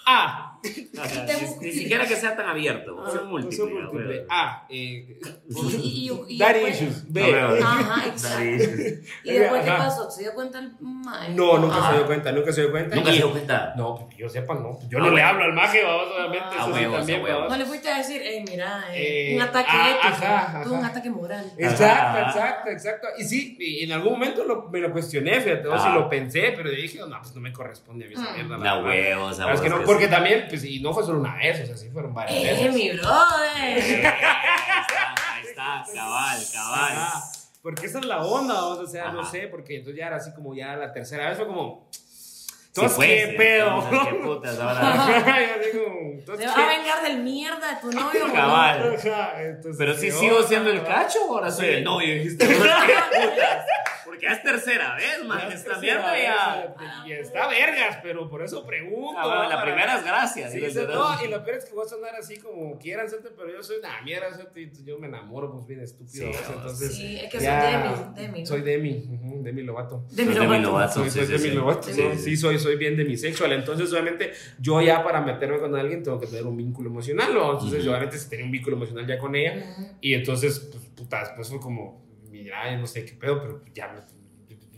Speaker 1: A,
Speaker 2: O sea, ni, ni siquiera que sea tan abierto.
Speaker 3: Ah,
Speaker 2: Opción múltiple.
Speaker 1: opción
Speaker 2: a huevo.
Speaker 1: múltiple. A, eh,
Speaker 3: Y, y- y
Speaker 1: daddy
Speaker 3: después-
Speaker 1: issues.
Speaker 2: A huevo.
Speaker 1: B,
Speaker 3: Ajá, exacto. ¿Y después qué
Speaker 1: Ajá.
Speaker 3: pasó? ¿Se dio cuenta el mae?
Speaker 1: no, nunca
Speaker 2: Ah.
Speaker 1: se dio cuenta, nunca se dio cuenta.
Speaker 2: Nunca
Speaker 1: Y-
Speaker 2: se dio cuenta.
Speaker 1: No, que yo sepa, no. Yo no le hablo al maje, vamos, obviamente.
Speaker 3: A
Speaker 1: eso sí
Speaker 2: huevos, a
Speaker 1: también,
Speaker 2: huevos.
Speaker 1: babos.
Speaker 3: No le fuiste a decir, ey, mira, eh,
Speaker 1: Eh,
Speaker 3: un ataque
Speaker 1: ah,
Speaker 3: ético,
Speaker 1: ajá,
Speaker 3: tuvo un
Speaker 1: ajá. Eh,
Speaker 3: ataque moral.
Speaker 1: Exacto,
Speaker 2: Ajá.
Speaker 1: exacto, exacto. Y sí, y en algún momento lo- me lo cuestioné, fíjate, o si
Speaker 2: Ah.
Speaker 1: lo pensé, pero yo dije, no, pues no me corresponde a mí esa
Speaker 3: Mm.
Speaker 1: mierda.
Speaker 2: La
Speaker 1: verdad.
Speaker 2: huevos,
Speaker 1: Claro,
Speaker 2: a
Speaker 1: es
Speaker 2: huevos.
Speaker 1: que no,
Speaker 2: que
Speaker 1: porque
Speaker 2: sí.
Speaker 1: también, pues, y no fue solo una vez, o sea, sí fueron varias
Speaker 3: Eh,
Speaker 1: veces.
Speaker 3: mi brother.
Speaker 2: Eh, Ahí está, ahí está, cabal, cabal.
Speaker 1: Ajá, Ah, Porque esa es la onda, vamos, o sea, no
Speaker 2: Ajá.
Speaker 1: sé, porque entonces ya era así como ya la tercera vez fue como,
Speaker 2: Si
Speaker 1: entonces qué
Speaker 2: fuese,
Speaker 1: pedo.
Speaker 2: pues, entonces, qué putas, ahora.
Speaker 1: Yo digo, entonces
Speaker 3: ¿Te vas a
Speaker 1: qué.
Speaker 3: vengar del mierda de tu novio? boludo?
Speaker 2: Cabal.
Speaker 1: Ajá, entonces,
Speaker 2: Pero sí
Speaker 1: yo-
Speaker 2: sigo siendo el cacho, ahora soy el novio, dijiste. ¿Qué putas? Porque ya es tercera vez, man.
Speaker 1: Ya
Speaker 2: Esta
Speaker 1: se
Speaker 2: mierda
Speaker 1: va,
Speaker 2: ya.
Speaker 1: se- Y está vergas, pero por eso pregunto.
Speaker 2: Cabal, La
Speaker 1: para-
Speaker 2: primera es gracias.
Speaker 1: Ah, Sí,
Speaker 2: y la
Speaker 1: sí,
Speaker 2: tercera-
Speaker 1: no, y lo peor es que voy a sonar así como quieran, ¿cierto? pero yo soy una mierda, ¿cierto? Y yo me enamoro, pues bien estúpido.
Speaker 2: Sí, oh,
Speaker 1: ¿cierto?
Speaker 2: vos.
Speaker 1: entonces,
Speaker 3: Sí, es que soy
Speaker 1: ya-
Speaker 3: Demi, Demi, ¿no?
Speaker 1: Soy Demi, ujú, Demi Lovato.
Speaker 3: De
Speaker 2: Soy
Speaker 3: mi
Speaker 2: Demi
Speaker 3: novio.
Speaker 2: Lovato.
Speaker 1: Soy,
Speaker 2: Ah, sí,
Speaker 1: soy
Speaker 2: sí,
Speaker 1: Demi
Speaker 2: sí.
Speaker 1: Lovato,
Speaker 2: Sí,
Speaker 1: ¿no?
Speaker 2: sí,
Speaker 1: sí,
Speaker 2: sí.
Speaker 1: soy, soy bien demisexual. Entonces, obviamente, yo ya para meterme con alguien tengo que tener un vínculo emocional, ¿no? Entonces, yo obviamente si tenía un vínculo emocional ya con ella.
Speaker 3: Ajá.
Speaker 1: Y entonces, pues, puta, después fue como, mira, yo no sé qué pedo, pero ya me.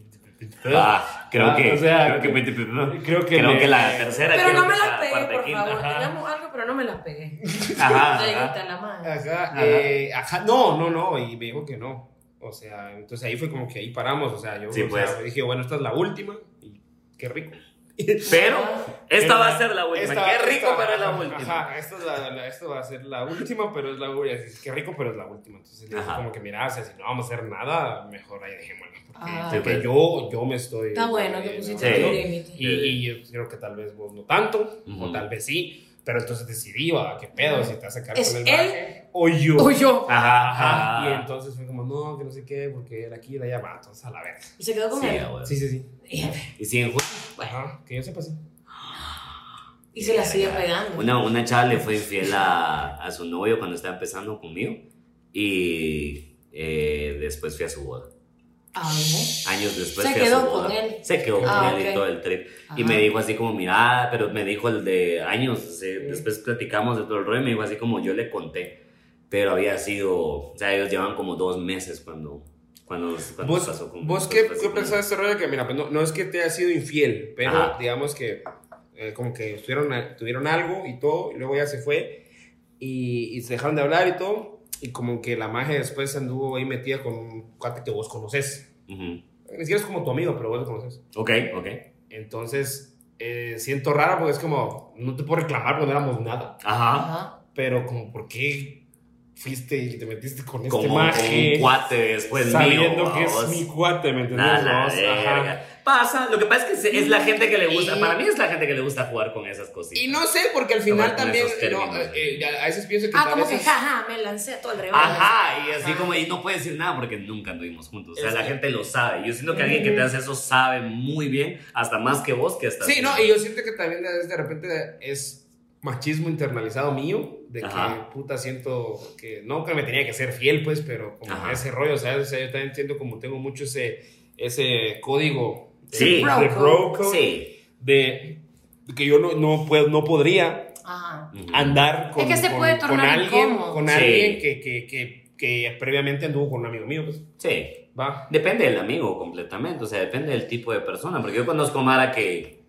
Speaker 2: Ah, creo
Speaker 1: Ah,
Speaker 2: que.
Speaker 1: o sea,
Speaker 2: creo que,
Speaker 1: creo que me-
Speaker 2: la tercera.
Speaker 3: Pero
Speaker 2: creo
Speaker 3: no me
Speaker 2: que
Speaker 3: las
Speaker 2: la
Speaker 3: pegué,
Speaker 2: cuarta,
Speaker 3: por
Speaker 2: quinta,
Speaker 3: favor.
Speaker 2: ajá.
Speaker 3: Teníamos algo, pero no me las pegué.
Speaker 2: Ajá, ajá.
Speaker 3: Negrita, la madre.
Speaker 1: Ajá,
Speaker 2: Ajá.
Speaker 1: eh, ajá, no, no, no, y me dijo que no. O sea, entonces ahí fue como que ahí paramos, o sea, yo
Speaker 2: Sí,
Speaker 1: o sea,
Speaker 2: pues.
Speaker 1: dije, bueno, esta es la última y qué rico.
Speaker 2: Pero esta
Speaker 1: Pero
Speaker 2: va a ser la última.
Speaker 1: Esta-
Speaker 2: Qué rico
Speaker 1: esta-
Speaker 2: para la última.
Speaker 1: Ajá, esta, es la, la- esta va a ser la última, pero es la última. Qué rico, pero es la última. Entonces, le dije
Speaker 2: Ajá.
Speaker 1: como que mira, o sea, si no vamos a hacer nada, mejor ahí dejémosla. Porque,
Speaker 3: Ah.
Speaker 1: porque
Speaker 2: Sí, pues.
Speaker 1: yo, yo me estoy.
Speaker 3: Está bueno que
Speaker 1: eh,
Speaker 3: pusiste
Speaker 1: enamorando.
Speaker 2: tu
Speaker 3: límite.
Speaker 1: Y, y yo creo que tal vez vos no tanto, o
Speaker 2: Ujú.
Speaker 1: tal vez sí. Pero entonces decidí, va, qué pedo, si te vas a quedar
Speaker 3: ¿Es
Speaker 1: con el
Speaker 3: él?
Speaker 1: maje, o yo.
Speaker 3: O yo.
Speaker 2: Ajá,
Speaker 1: Ajá, Y
Speaker 2: ajá.
Speaker 1: entonces fue como, no, que no sé qué, porque era aquí y era allá, va, entonces a la verga.
Speaker 3: Y se quedó con
Speaker 2: Sí,
Speaker 3: él.
Speaker 2: a huevo.
Speaker 1: Sí, sí, sí.
Speaker 2: Y si en ju-
Speaker 1: Ajá, que yo sepa, sí.
Speaker 3: Y se la sigue pegando.
Speaker 2: Una, una chava le fue infiel a, a su novio cuando estaba empezando conmigo y eh, después fui a su boda.
Speaker 3: Ah, ¿no?
Speaker 2: Años después
Speaker 3: Se
Speaker 2: fui a
Speaker 3: quedó
Speaker 2: su boda.
Speaker 3: con él.
Speaker 2: Se quedó con
Speaker 3: Ah,
Speaker 2: él
Speaker 3: ok.
Speaker 2: y todo el trip. Y
Speaker 3: Ajá.
Speaker 2: me dijo así como, mira, pero me dijo el de años, o sea, después platicamos de todo el rollo y me dijo así como yo le conté. Pero había sido, o sea, ellos llevan como dos meses cuando, cuando, cuando
Speaker 1: ¿Vos,
Speaker 2: pasó conmigo.
Speaker 1: vos qué, qué pensás de este rollo? Que mira, pues no, no es que te haya sido infiel, pero
Speaker 2: Ajá.
Speaker 1: digamos que eh, como que eh, estuvieron, tuvieron algo y todo, y luego ya se fue, y, y se dejaron de hablar y todo, Y como que la magia después anduvo ahí metida con un cuate que vos conoces.
Speaker 2: Ujú.
Speaker 1: Ni siquiera es como tu amigo, pero vos lo conoces.
Speaker 2: Ok, ok.
Speaker 1: Entonces, eh, siento raro porque es como, no te puedo reclamar porque no éramos nada.
Speaker 2: Ajá.
Speaker 3: Ajá.
Speaker 1: Pero como, ¿por qué fuiste y te metiste con este
Speaker 2: Como
Speaker 1: maje?
Speaker 2: un cuate después
Speaker 1: sabiendo
Speaker 2: mío.
Speaker 1: que es
Speaker 2: vamos.
Speaker 1: mi cuate, ¿me entiendes?
Speaker 2: A la
Speaker 1: Vamos, ajá.
Speaker 2: verga. Pasa, lo que pasa es que se- es la gente que le gusta,
Speaker 1: Y-
Speaker 2: para mí es la gente que le gusta jugar con esas cositas.
Speaker 1: Y no sé, porque al
Speaker 2: Tomar
Speaker 1: final
Speaker 2: con
Speaker 1: también,
Speaker 2: esos términos.
Speaker 1: no, eh, eh, a veces pienso que
Speaker 3: Ah,
Speaker 1: tal
Speaker 3: como
Speaker 1: vez
Speaker 3: que
Speaker 1: es-
Speaker 3: jaja, me lancé a todo el revés.
Speaker 2: Ajá, y así
Speaker 3: Ajá.
Speaker 2: como, y no puede decir nada porque nunca anduvimos juntos. O sea,
Speaker 1: Es
Speaker 2: la
Speaker 1: que- Mm.
Speaker 2: gente lo sabe. Yo siento que alguien que te hace eso sabe muy bien, hasta más que vos que hasta
Speaker 1: Sí, no, y yo siento que también de, de repente es machismo internalizado mío, de
Speaker 2: Ajá.
Speaker 1: que puta siento que no que me tenía que ser fiel, pues, pero como
Speaker 2: Ajá.
Speaker 1: ese rollo, ¿sabes? O sea, yo también entiendo como tengo mucho ese, ese código de,
Speaker 2: Sí.
Speaker 1: de
Speaker 3: Bro
Speaker 1: bro code,
Speaker 2: Sí.
Speaker 1: de de que yo no, no, puedo, no podría
Speaker 3: Ajá.
Speaker 2: Ujú.
Speaker 1: andar con,
Speaker 3: Es que se
Speaker 1: con-
Speaker 3: puede
Speaker 1: con
Speaker 3: tornar
Speaker 1: alguien,
Speaker 3: incómodo.
Speaker 1: con
Speaker 2: Sí.
Speaker 1: alguien que, que, que, que previamente anduvo con un amigo mío, pues,
Speaker 2: Sí.
Speaker 1: va.
Speaker 2: Depende del amigo completamente, o sea, depende del tipo de persona, porque yo conozco Mara que,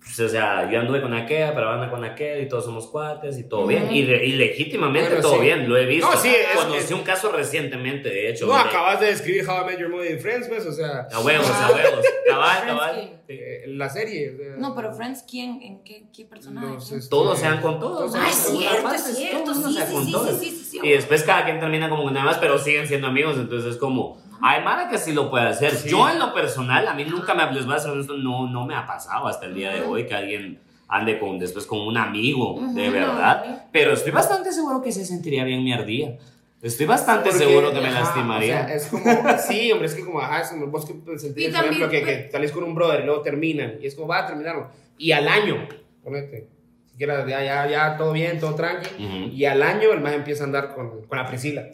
Speaker 2: pues, o sea, yo anduve con aquella, pero anda con aquel y todos somos cuates y todo
Speaker 3: Ujú.
Speaker 2: bien, y, re- y legítimamente
Speaker 1: Bueno,
Speaker 2: todo
Speaker 1: sí.
Speaker 2: bien, lo he visto.
Speaker 1: No, sí, es-
Speaker 2: Conocí
Speaker 1: es-
Speaker 2: un caso recientemente, de hecho.
Speaker 1: No,
Speaker 2: donde-
Speaker 1: acabas de describir How I Met Your Mother in Friends, pues, o sea,
Speaker 2: A huevos, a huevos, cabal, cabal.
Speaker 3: Friends,
Speaker 1: eh, la serie. o sea,
Speaker 3: No, pero Friends, ¿quién? ¿En qué, qué personaje?
Speaker 1: Los, este,
Speaker 2: Todos sean con todos.
Speaker 1: Todos
Speaker 3: Ah, es
Speaker 1: sean con
Speaker 3: cierto,
Speaker 2: Aparte,
Speaker 3: es cierto.
Speaker 2: todos
Speaker 3: Sí,
Speaker 2: sean con
Speaker 3: sí, sí,
Speaker 2: todos.
Speaker 3: sí, sí, sí, sí.
Speaker 2: Y después cada quien termina como que nada más, pero siguen siendo amigos, entonces es como, hay Mara que sí lo puede hacer.
Speaker 1: Sí.
Speaker 2: Yo en lo personal, a mí nunca me, les voy a ser honesto, no, no me ha pasado hasta el día de hoy que alguien ande con, después con un amigo, de
Speaker 3: Ujú.
Speaker 2: verdad. Pero estoy bastante seguro que se sentiría bien mi ardía. Estoy bastante
Speaker 1: Porque,
Speaker 2: seguro que me
Speaker 1: ajá,
Speaker 2: lastimaría.
Speaker 1: o sea, es como, sí, hombre, es que como, ajá, es como vos que sentís,
Speaker 3: Y
Speaker 1: por ejemplo,
Speaker 3: también,
Speaker 1: que,
Speaker 3: pues-
Speaker 1: que salís con un brother y luego terminan, y es como, va a terminarlo. Y al año, ponete, siquiera ya, ya, ya, todo bien, todo tranqui,
Speaker 2: Ujú.
Speaker 1: y al año el más empieza a andar con, con la Priscila.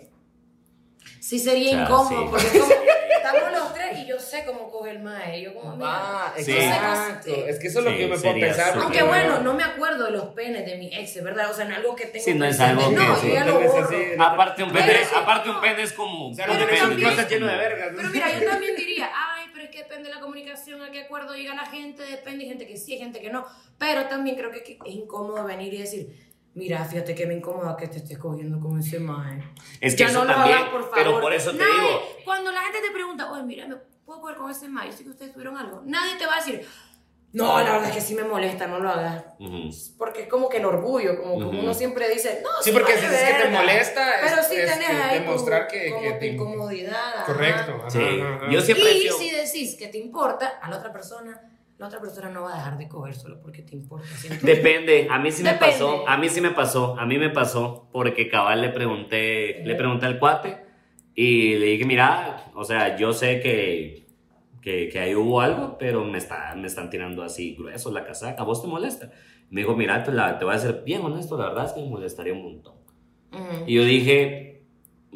Speaker 3: Sí, sería
Speaker 2: Claro,
Speaker 3: incómodo,
Speaker 2: sí.
Speaker 3: porque es como, estamos los tres y yo sé cómo coge el mae. Yo como, mira,
Speaker 1: Ah,
Speaker 2: Sí.
Speaker 1: exacto, es que eso es lo
Speaker 2: Sí,
Speaker 1: que me puedo
Speaker 2: sería
Speaker 1: pensar.
Speaker 2: súper
Speaker 1: porque-
Speaker 3: Aunque bueno, no me acuerdo de los penes de mi ex, ¿verdad? O sea, en algo que tengo
Speaker 2: Sí, no es
Speaker 3: presente.
Speaker 2: algo que-
Speaker 3: No,
Speaker 2: sí.
Speaker 3: yo ya lo
Speaker 1: Entonces,
Speaker 3: borro.
Speaker 1: así,
Speaker 2: Aparte un pene,
Speaker 3: Pero sí,
Speaker 2: aparte un
Speaker 3: no.
Speaker 2: pene es como...
Speaker 1: O sea, no
Speaker 3: Pero
Speaker 1: te
Speaker 2: depende,
Speaker 1: penses,
Speaker 3: también-
Speaker 1: no estás lleno de vergas.
Speaker 3: Pero mira, yo también diría, ay, pero es que depende de la comunicación, a qué acuerdo llega la gente, depende, hay gente que sí, hay gente que no. Pero también creo que que es incómodo venir y decir, mira, fíjate que me incomoda que te estés cogiendo con ese mae.
Speaker 2: Es que
Speaker 3: Ya
Speaker 2: eso
Speaker 3: no lo
Speaker 2: también,
Speaker 3: hagas, por favor.
Speaker 2: pero por eso te
Speaker 3: Nadie-
Speaker 2: digo,
Speaker 3: Cuando la gente te pregunta, oye, mira, ¿me puedo coger con ese mae? Yo sé que ustedes tuvieron algo. Nadie te va a decir, no, la verdad es que sí me molesta, no lo hagas.
Speaker 2: Ujú.
Speaker 3: Porque es como que el orgullo, como, como
Speaker 2: Ujú.
Speaker 3: uno siempre dice, no,
Speaker 1: Sí, porque
Speaker 3: vale
Speaker 1: si es que te
Speaker 3: verga".
Speaker 1: molesta, es-
Speaker 3: Pero sí
Speaker 1: es
Speaker 3: tenés
Speaker 1: que
Speaker 3: ahí
Speaker 1: demostrar
Speaker 3: tu-
Speaker 1: que-
Speaker 3: como
Speaker 1: que
Speaker 3: tu
Speaker 1: te-
Speaker 3: incomodidad. ajá.
Speaker 1: Correcto. ajá,
Speaker 2: Sí.
Speaker 1: ajá, ajá.
Speaker 2: Yo
Speaker 3: Y
Speaker 2: siempre he sido-
Speaker 3: si decís que te importa a la otra persona, la otra persona no va a dejar de coger solo porque te importa. siento.
Speaker 2: Depende, a mí sí me
Speaker 3: Depende.
Speaker 2: pasó, a mí sí me pasó, a mí me pasó porque cabal le pregunté, le pregunté al cuate y le dije, mira, o sea, yo sé que, que, que ahí hubo algo, pero me, está, me están tirando así grueso la casaca, ¿a vos te molesta? Me dijo, mira, te, la, te voy a ser bien honesto, la verdad es que me molestaría un montón.
Speaker 3: Ujú.
Speaker 2: Y yo dije,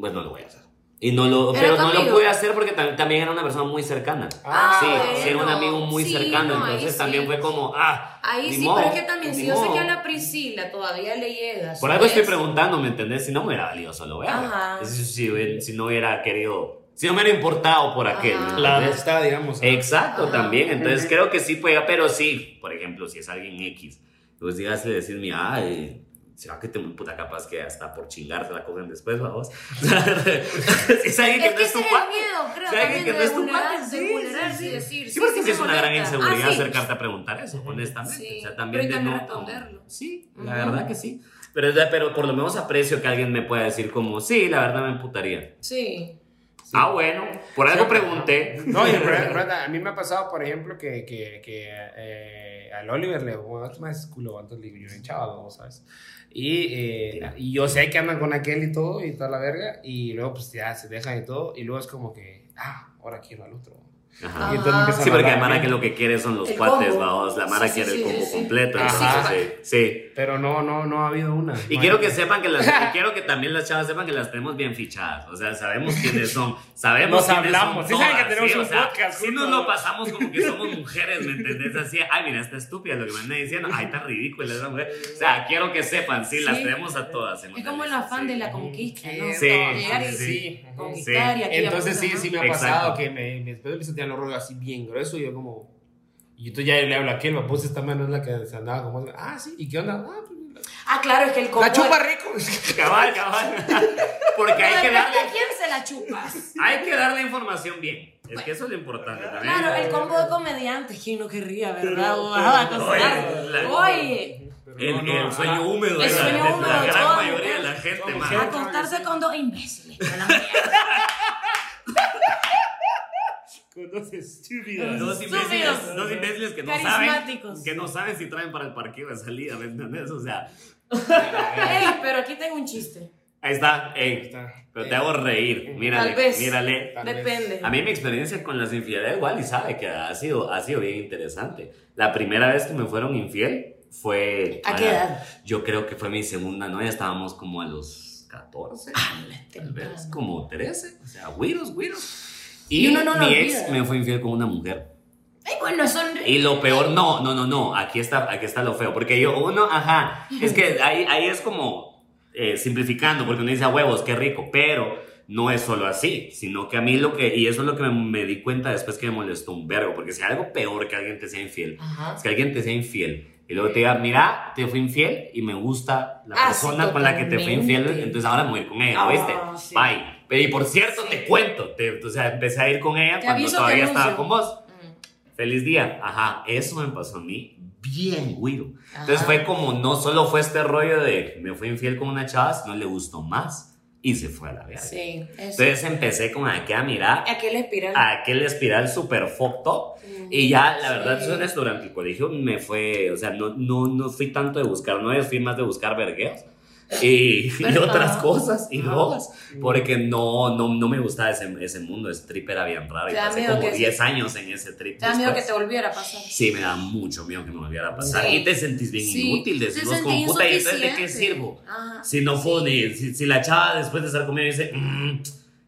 Speaker 2: pues no lo voy a hacer. Y no lo,
Speaker 3: Era
Speaker 2: pero
Speaker 3: tu
Speaker 2: no lo
Speaker 3: amigo.
Speaker 2: pude hacer porque tam- también era una persona muy cercana.
Speaker 1: Ah,
Speaker 2: sí,
Speaker 1: bueno.
Speaker 2: sí, era un amigo muy
Speaker 3: Sí,
Speaker 2: cercano,
Speaker 3: no, ahí
Speaker 2: entonces
Speaker 3: sí.
Speaker 2: también fue como, ah,
Speaker 3: Ahí
Speaker 2: ni
Speaker 3: sí,
Speaker 2: modo,
Speaker 3: pero es que también,
Speaker 2: ni
Speaker 3: si yo sé que a
Speaker 2: modo.
Speaker 3: la Priscila todavía le llega.
Speaker 2: Por algo estoy
Speaker 3: eso,
Speaker 2: preguntando, ¿me entendés? Si no me hubiera valido solo, ¿verdad?
Speaker 3: Ajá.
Speaker 2: Si, si- si no hubiera querido, si no me hubiera importado por aquel.
Speaker 3: Ajá.
Speaker 2: ¿me
Speaker 1: La
Speaker 2: entendés?
Speaker 1: amistad, digamos. ajá.
Speaker 2: Exacto,
Speaker 3: Ajá.
Speaker 2: también. Entonces
Speaker 1: Ujú.
Speaker 2: creo que sí puede, pero sí, por ejemplo, si es alguien X, pues dígase decir, mira, ay, será que te puta capaz que hasta por chingar se la cogen después, vamos. si es alguien que
Speaker 3: Es
Speaker 2: no es tu
Speaker 3: que ese es el
Speaker 2: cuate.
Speaker 3: miedo, creo,
Speaker 2: Si es alguien
Speaker 3: también
Speaker 2: que
Speaker 3: de
Speaker 2: no es tu
Speaker 3: vulnerar-
Speaker 2: cuate,
Speaker 3: de
Speaker 2: sí,
Speaker 3: vulnerarse
Speaker 2: sí,
Speaker 3: y
Speaker 2: sí.
Speaker 3: decir,
Speaker 2: Sí,
Speaker 3: sí,
Speaker 2: porque
Speaker 3: sí
Speaker 2: sí es
Speaker 3: me
Speaker 2: una gran
Speaker 3: molesta. Ah,
Speaker 2: inseguridad
Speaker 3: sí.
Speaker 2: acercarte a preguntar eso, honestamente.
Speaker 3: Sí.
Speaker 2: O sea, también
Speaker 3: Pero y
Speaker 2: de
Speaker 3: también
Speaker 2: no-
Speaker 3: responderlo.
Speaker 2: Sí, la
Speaker 3: Ujú.
Speaker 2: verdad que sí. Pero, es de- pero por lo menos aprecio que alguien me pueda decir como, sí, la verdad me emputaría.
Speaker 3: Sí.
Speaker 2: Ah, bueno, por algo
Speaker 1: Sí.
Speaker 2: pregunté.
Speaker 1: No, y en verdad- en verdad, a mí me ha pasado, por ejemplo, que, que, que eh, al Oliver le digo, "Bueno, tú me haces culo, antes le digo, yo hinchaba, ¿no? ¿sabes? Y, eh, y yo sé que andan con aquel y todo, y toda la verga, y luego pues ya se dejan y todo, y luego es como que, ah, ahora quiero al otro.
Speaker 2: Ajá.
Speaker 1: Y
Speaker 3: Ajá. Ah.
Speaker 1: empiezan
Speaker 2: Sí,
Speaker 1: a
Speaker 2: porque la
Speaker 1: hablar
Speaker 2: Mara
Speaker 1: bien.
Speaker 2: que lo que quiere son los
Speaker 3: El
Speaker 2: cuates,
Speaker 3: combo.
Speaker 2: vaos. La Mara
Speaker 3: Sí, sí,
Speaker 2: quiere
Speaker 3: sí,
Speaker 2: el
Speaker 3: sí,
Speaker 2: combo
Speaker 3: sí.
Speaker 2: completo.
Speaker 1: Ajá.
Speaker 2: entonces, sí. sí.
Speaker 1: Pero no, no, no ha habido una.
Speaker 2: Y
Speaker 1: No
Speaker 2: quiero
Speaker 1: hay-
Speaker 2: que sepan que las, y quiero que también las chavas sepan que las tenemos bien fichadas. O sea, sabemos quiénes son.
Speaker 1: Nos
Speaker 2: Sabemos quiénes
Speaker 1: hablamos, sí
Speaker 2: Son
Speaker 1: saben que
Speaker 2: todas,
Speaker 1: tenemos
Speaker 2: sí,
Speaker 1: un
Speaker 2: o sea,
Speaker 1: podcast
Speaker 2: Sí nos
Speaker 1: juntos.
Speaker 2: lo pasamos como que somos mujeres, ¿me entendés? Así, ay, mira, está estúpida lo que me anda diciendo. Ay, está ridícula esa mujer. O sea, quiero que sepan, sí, las
Speaker 3: Sí.
Speaker 2: tenemos a todas. en
Speaker 3: Es
Speaker 2: una
Speaker 3: como el
Speaker 2: lista,
Speaker 3: afán
Speaker 2: sí.
Speaker 3: de la conquista, ¿no?
Speaker 1: Sí,
Speaker 3: Llegar y
Speaker 1: sí, sí.
Speaker 3: conquistar y aquí la
Speaker 1: Entonces
Speaker 3: puta,
Speaker 1: sí,
Speaker 3: ¿no?
Speaker 1: sí me ha
Speaker 2: Exacto.
Speaker 1: pasado que me, me, después me sentían los rollos así bien grueso y yo como... Y entonces ya le hablo a aquel, me puse esta mano en la que se andaba como... Ah, sí, ¿y qué onda? Ah, pues,
Speaker 3: Ah, claro, es que el combo.
Speaker 1: La chupa rico.
Speaker 2: Cabal, cabal. Porque hay que darle,
Speaker 3: ¿A quién se la chupas?
Speaker 2: hay que darle información bien. Es que eso es lo importante también.
Speaker 3: Claro, el combo de comediantes, ¿quién no querría, verdad? Ojalá,
Speaker 2: Oye,
Speaker 3: cosas.
Speaker 2: la-
Speaker 3: Oye,
Speaker 2: El,
Speaker 1: Pero no,
Speaker 2: el
Speaker 1: no,
Speaker 2: sueño
Speaker 1: ajá.
Speaker 2: húmedo
Speaker 3: El
Speaker 2: de la-
Speaker 3: sueño
Speaker 2: de
Speaker 3: húmedo,
Speaker 2: la gran
Speaker 3: todo.
Speaker 2: mayoría de la gente,
Speaker 1: Somos
Speaker 2: man.
Speaker 1: gente.
Speaker 3: acostarse con dos imbéciles. a la mierda.
Speaker 1: Con dos estúpidos.
Speaker 2: Dos imbéciles,
Speaker 3: Estúpidos.
Speaker 2: dos imbéciles que no saben
Speaker 3: Carismáticos.
Speaker 2: que no saben si traen para el parqueo de salida, ¿me entendés? O sea,
Speaker 3: Ey, pero aquí tengo un chiste.
Speaker 2: ahí está, ey,
Speaker 1: está.
Speaker 2: pero te hago reír, mírale,
Speaker 3: Tal vez.
Speaker 2: mírale.
Speaker 1: Tal vez.
Speaker 3: Depende.
Speaker 2: A mí mi experiencia con las infidelidades igual y sabe que ha sido, ha sido bien interesante. La primera vez que me fueron infiel fue...
Speaker 3: ¿A qué edad?
Speaker 2: Yo creo que fue mi segunda novia, estábamos como a los 14,
Speaker 3: Ah,
Speaker 2: tal vez, como 13, o sea, güiros, güiros. Y,
Speaker 3: Y uno no lo
Speaker 2: mi ex
Speaker 3: olvida.
Speaker 2: me fue infiel con una mujer.
Speaker 3: Ay, bueno, son.
Speaker 2: Y lo peor, no, no, no, no, aquí está, aquí está lo feo, porque yo, uno, ajá, es que ahí, ahí es como eh, simplificando, porque uno dice, "A huevos, qué rico, pero no es solo así, sino que a mí lo que, y eso es lo que me, me di cuenta después que me molestó un vergo, porque si hay algo peor que alguien te sea infiel,
Speaker 3: Ajá.
Speaker 2: es que alguien te sea infiel. Y luego te diga, mira, te fui infiel y me gusta la
Speaker 3: Ah, sí,
Speaker 2: persona con la que te fui infiel,
Speaker 3: totalmente.
Speaker 2: entonces ahora me voy a ir con ella,
Speaker 3: Ah,
Speaker 2: ¿oíste?
Speaker 3: sí.
Speaker 2: Bye. Pero y por cierto,
Speaker 3: Sí.
Speaker 2: te cuento, te- o sea, empecé a ir con ella
Speaker 3: Te
Speaker 2: cuando
Speaker 3: aviso, te
Speaker 2: todavía estaba
Speaker 3: anuncio.
Speaker 2: con vos.
Speaker 3: Mm,
Speaker 2: Feliz día. Ajá, eso me pasó a mí bien, güiro. Entonces
Speaker 3: ajá.
Speaker 2: fue como, no solo fue este rollo de me fue infiel con una chava, sino le gustó más y se fue a la verga.
Speaker 3: Sí, eso.
Speaker 2: Entonces empecé con aquella mirada,
Speaker 3: Aquel espiral.
Speaker 2: aquel espiral súper fucked up.
Speaker 3: Mm.
Speaker 2: Y ya, la verdad,
Speaker 3: Sí.
Speaker 2: eso es durante el colegio me fue, o sea, no, no, no fui tanto de buscar novias, fui más de buscar vergueos. Y, y
Speaker 3: Pero-
Speaker 2: otras cosas, y drogas, porque no, no, no me gustaba ese, ese mundo, ese trip era bien raro. Y
Speaker 3: Te da
Speaker 2: pasé
Speaker 3: miedo
Speaker 2: como
Speaker 3: que-
Speaker 2: 10 años en ese trip.
Speaker 3: Te da miedo que
Speaker 2: después.
Speaker 3: te volviera a pasar.
Speaker 2: Sí, me da mucho miedo que me volviera a pasar.
Speaker 3: Sí.
Speaker 2: Y te sentís bien
Speaker 3: Sí,
Speaker 2: inútil. Decís
Speaker 3: te
Speaker 2: vos como
Speaker 3: sentís
Speaker 2: puta, ¿y entonces de qué
Speaker 3: insuficiente.
Speaker 2: sirvo?
Speaker 3: Ajá.
Speaker 2: Si no puedo
Speaker 3: Sí.
Speaker 2: ni- si, si la chava después de estar conmigo dice, "Mm",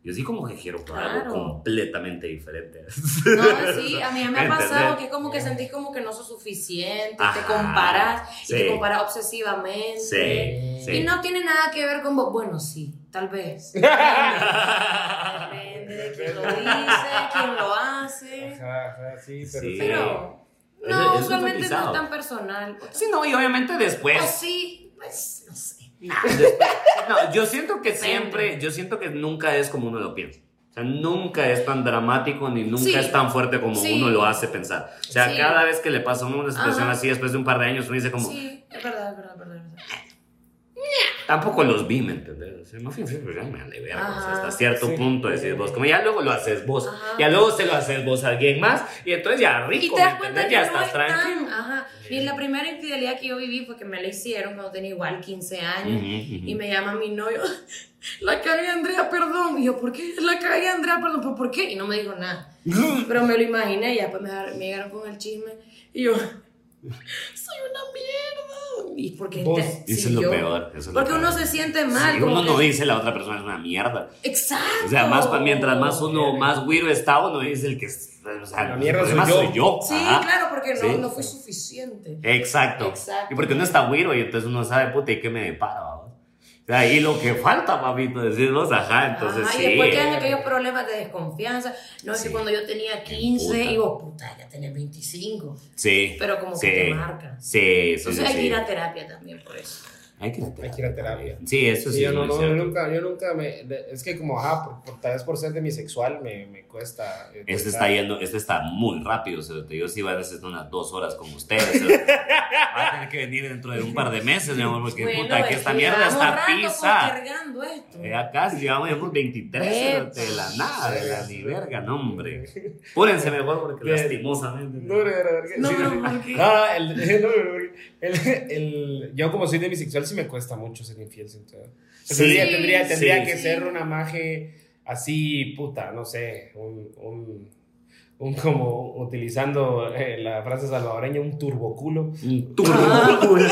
Speaker 2: yo sí como que quiero algo
Speaker 3: Claro.
Speaker 2: completamente diferente.
Speaker 3: No, sí, a mí me ha
Speaker 2: ¿Entendés?
Speaker 3: pasado que es como que sentís como que no sos suficiente,
Speaker 2: Ajá,
Speaker 3: te comparas
Speaker 2: sí.
Speaker 3: y te comparas obsesivamente.
Speaker 2: Sí, sí.
Speaker 3: Y no tiene nada que ver con vos. Bueno, sí, tal vez. Depende de quién lo dice, quién lo hace.
Speaker 1: Ajá, ajá, sí, pero.
Speaker 2: Sí.
Speaker 3: Pero
Speaker 2: Eso-
Speaker 3: no,
Speaker 2: eso es
Speaker 3: usualmente no
Speaker 2: utilizado.
Speaker 3: es tan personal. O
Speaker 2: Sí, no, y obviamente después.
Speaker 3: o sí, pues no sé.
Speaker 2: después- no, yo siento que siempre, yo siento que nunca es como uno lo piensa. O sea, nunca es tan dramático ni nunca
Speaker 3: Sí.
Speaker 2: es tan fuerte como
Speaker 3: Sí.
Speaker 2: uno lo hace pensar. O sea,
Speaker 3: Sí.
Speaker 2: cada vez que le pasa a uno una situación
Speaker 3: Ajá.
Speaker 2: así, después de un par de años, uno dice como,
Speaker 3: Sí, es verdad, es verdad, es verdad. es verdad.
Speaker 2: Tampoco los vi, ¿me entendés? O sea, no fui infiel, pero ya me vale verga, o sea,
Speaker 3: Ajá.
Speaker 2: hasta cierto
Speaker 1: Sí.
Speaker 2: punto decís vos, como ya luego lo haces vos,
Speaker 3: Ajá.
Speaker 2: ya luego se lo haces vos a alguien más, y entonces ya rico,
Speaker 3: Y te
Speaker 2: ¿me
Speaker 3: das cuenta
Speaker 2: entendés?
Speaker 3: que
Speaker 2: Ya
Speaker 3: no
Speaker 2: estás
Speaker 3: es tan,
Speaker 2: tranquilo.
Speaker 3: ajá. Y la primera infidelidad que yo viví fue que me la hicieron cuando tenía igual 15 años.
Speaker 2: Ujú, ujú.
Speaker 3: Y me llama mi novio, la cagué Andrea, perdón. Y yo, ¿por qué? La cagué Andrea, perdón, ¿pero por qué? Y no me dijo nada. Pero me lo imaginé y después me, dar- me llegaron con el chisme. Y yo, soy una mierda. Y porque
Speaker 1: Vos.
Speaker 3: te-
Speaker 2: Eso
Speaker 3: sí,
Speaker 2: es lo
Speaker 3: yo-
Speaker 2: peor, eso es lo
Speaker 3: Porque uno
Speaker 2: peor.
Speaker 3: se siente mal.
Speaker 2: Si
Speaker 3: como
Speaker 2: uno no
Speaker 3: que-
Speaker 2: dice, la otra persona es una mierda.
Speaker 3: Exacto.
Speaker 2: O sea, más, pa- mientras más uno, más güiro está, uno es el que, es- o sea,
Speaker 1: La
Speaker 2: el
Speaker 1: mierda soy
Speaker 2: problema
Speaker 1: yo.
Speaker 2: soy yo.
Speaker 3: Sí,
Speaker 2: ajá.
Speaker 3: claro, porque no,
Speaker 2: Sí.
Speaker 3: no fue suficiente.
Speaker 2: Exacto.
Speaker 3: Exacto.
Speaker 2: Y porque uno está güiro y entonces uno sabe, puta, ¿y qué me depara? vos? O sea, y lo que falta, pues, papito, decirnos, ajá, entonces
Speaker 3: Ajá,
Speaker 2: sí.
Speaker 3: y después quedan aquellos problemas de desconfianza. No sé, cuando yo tenía 15
Speaker 2: Puta.
Speaker 3: y vos, puta, ya tenés 25.
Speaker 2: Sí.
Speaker 3: Pero como
Speaker 2: sí,
Speaker 3: que te marca.
Speaker 2: Sí, sí,
Speaker 3: Entonces
Speaker 2: sí,
Speaker 3: hay que
Speaker 2: sí.
Speaker 3: ir a terapia también por eso.
Speaker 2: Hay que ir a terapia.
Speaker 1: Hay que ir a terapia.
Speaker 2: también. Sí, eso sí.
Speaker 1: Sí, yo,
Speaker 2: es
Speaker 1: no,
Speaker 2: muy
Speaker 1: no, yo
Speaker 2: cierto.
Speaker 1: nunca, yo nunca me. de- Es que, como, ajá, por, por- tal vez por ser demisexual me, me cuesta. eh,
Speaker 2: Este
Speaker 1: pensar.
Speaker 2: está yendo, este está muy rápido, o sea, yo sí voy a necesitar unas dos horas con ustedes. o sea, va a tener que venir dentro de un par de meses, mi amor, porque puta, que
Speaker 3: es
Speaker 2: esta
Speaker 3: que
Speaker 2: mierda
Speaker 3: este, llevamos
Speaker 2: está Eh,
Speaker 3: rato
Speaker 2: pisa.
Speaker 3: postergando esto.
Speaker 2: Ya casi llevamos ya por 23
Speaker 3: Ve,
Speaker 2: pero de la
Speaker 3: pa.
Speaker 2: nada, de la ni verga, no, hombre. Púrense mejor porque
Speaker 1: Ve.
Speaker 2: lastimosamente.
Speaker 1: No, no, no, no,
Speaker 3: No,
Speaker 1: sí, sí,
Speaker 3: no,
Speaker 1: sí.
Speaker 3: ¿por qué?
Speaker 1: No, el, no, no, no, el- el- yo como soy demisexual sí me cuesta mucho ser infiel. siento.
Speaker 2: Sí.
Speaker 1: tendría tendría,
Speaker 3: Sí,
Speaker 1: tendría
Speaker 2: sí.
Speaker 1: que ser una maje así, puta, no sé, un, un, un como utilizando eh, la frase salvadoreña, un turboculo.
Speaker 2: Un turboculo.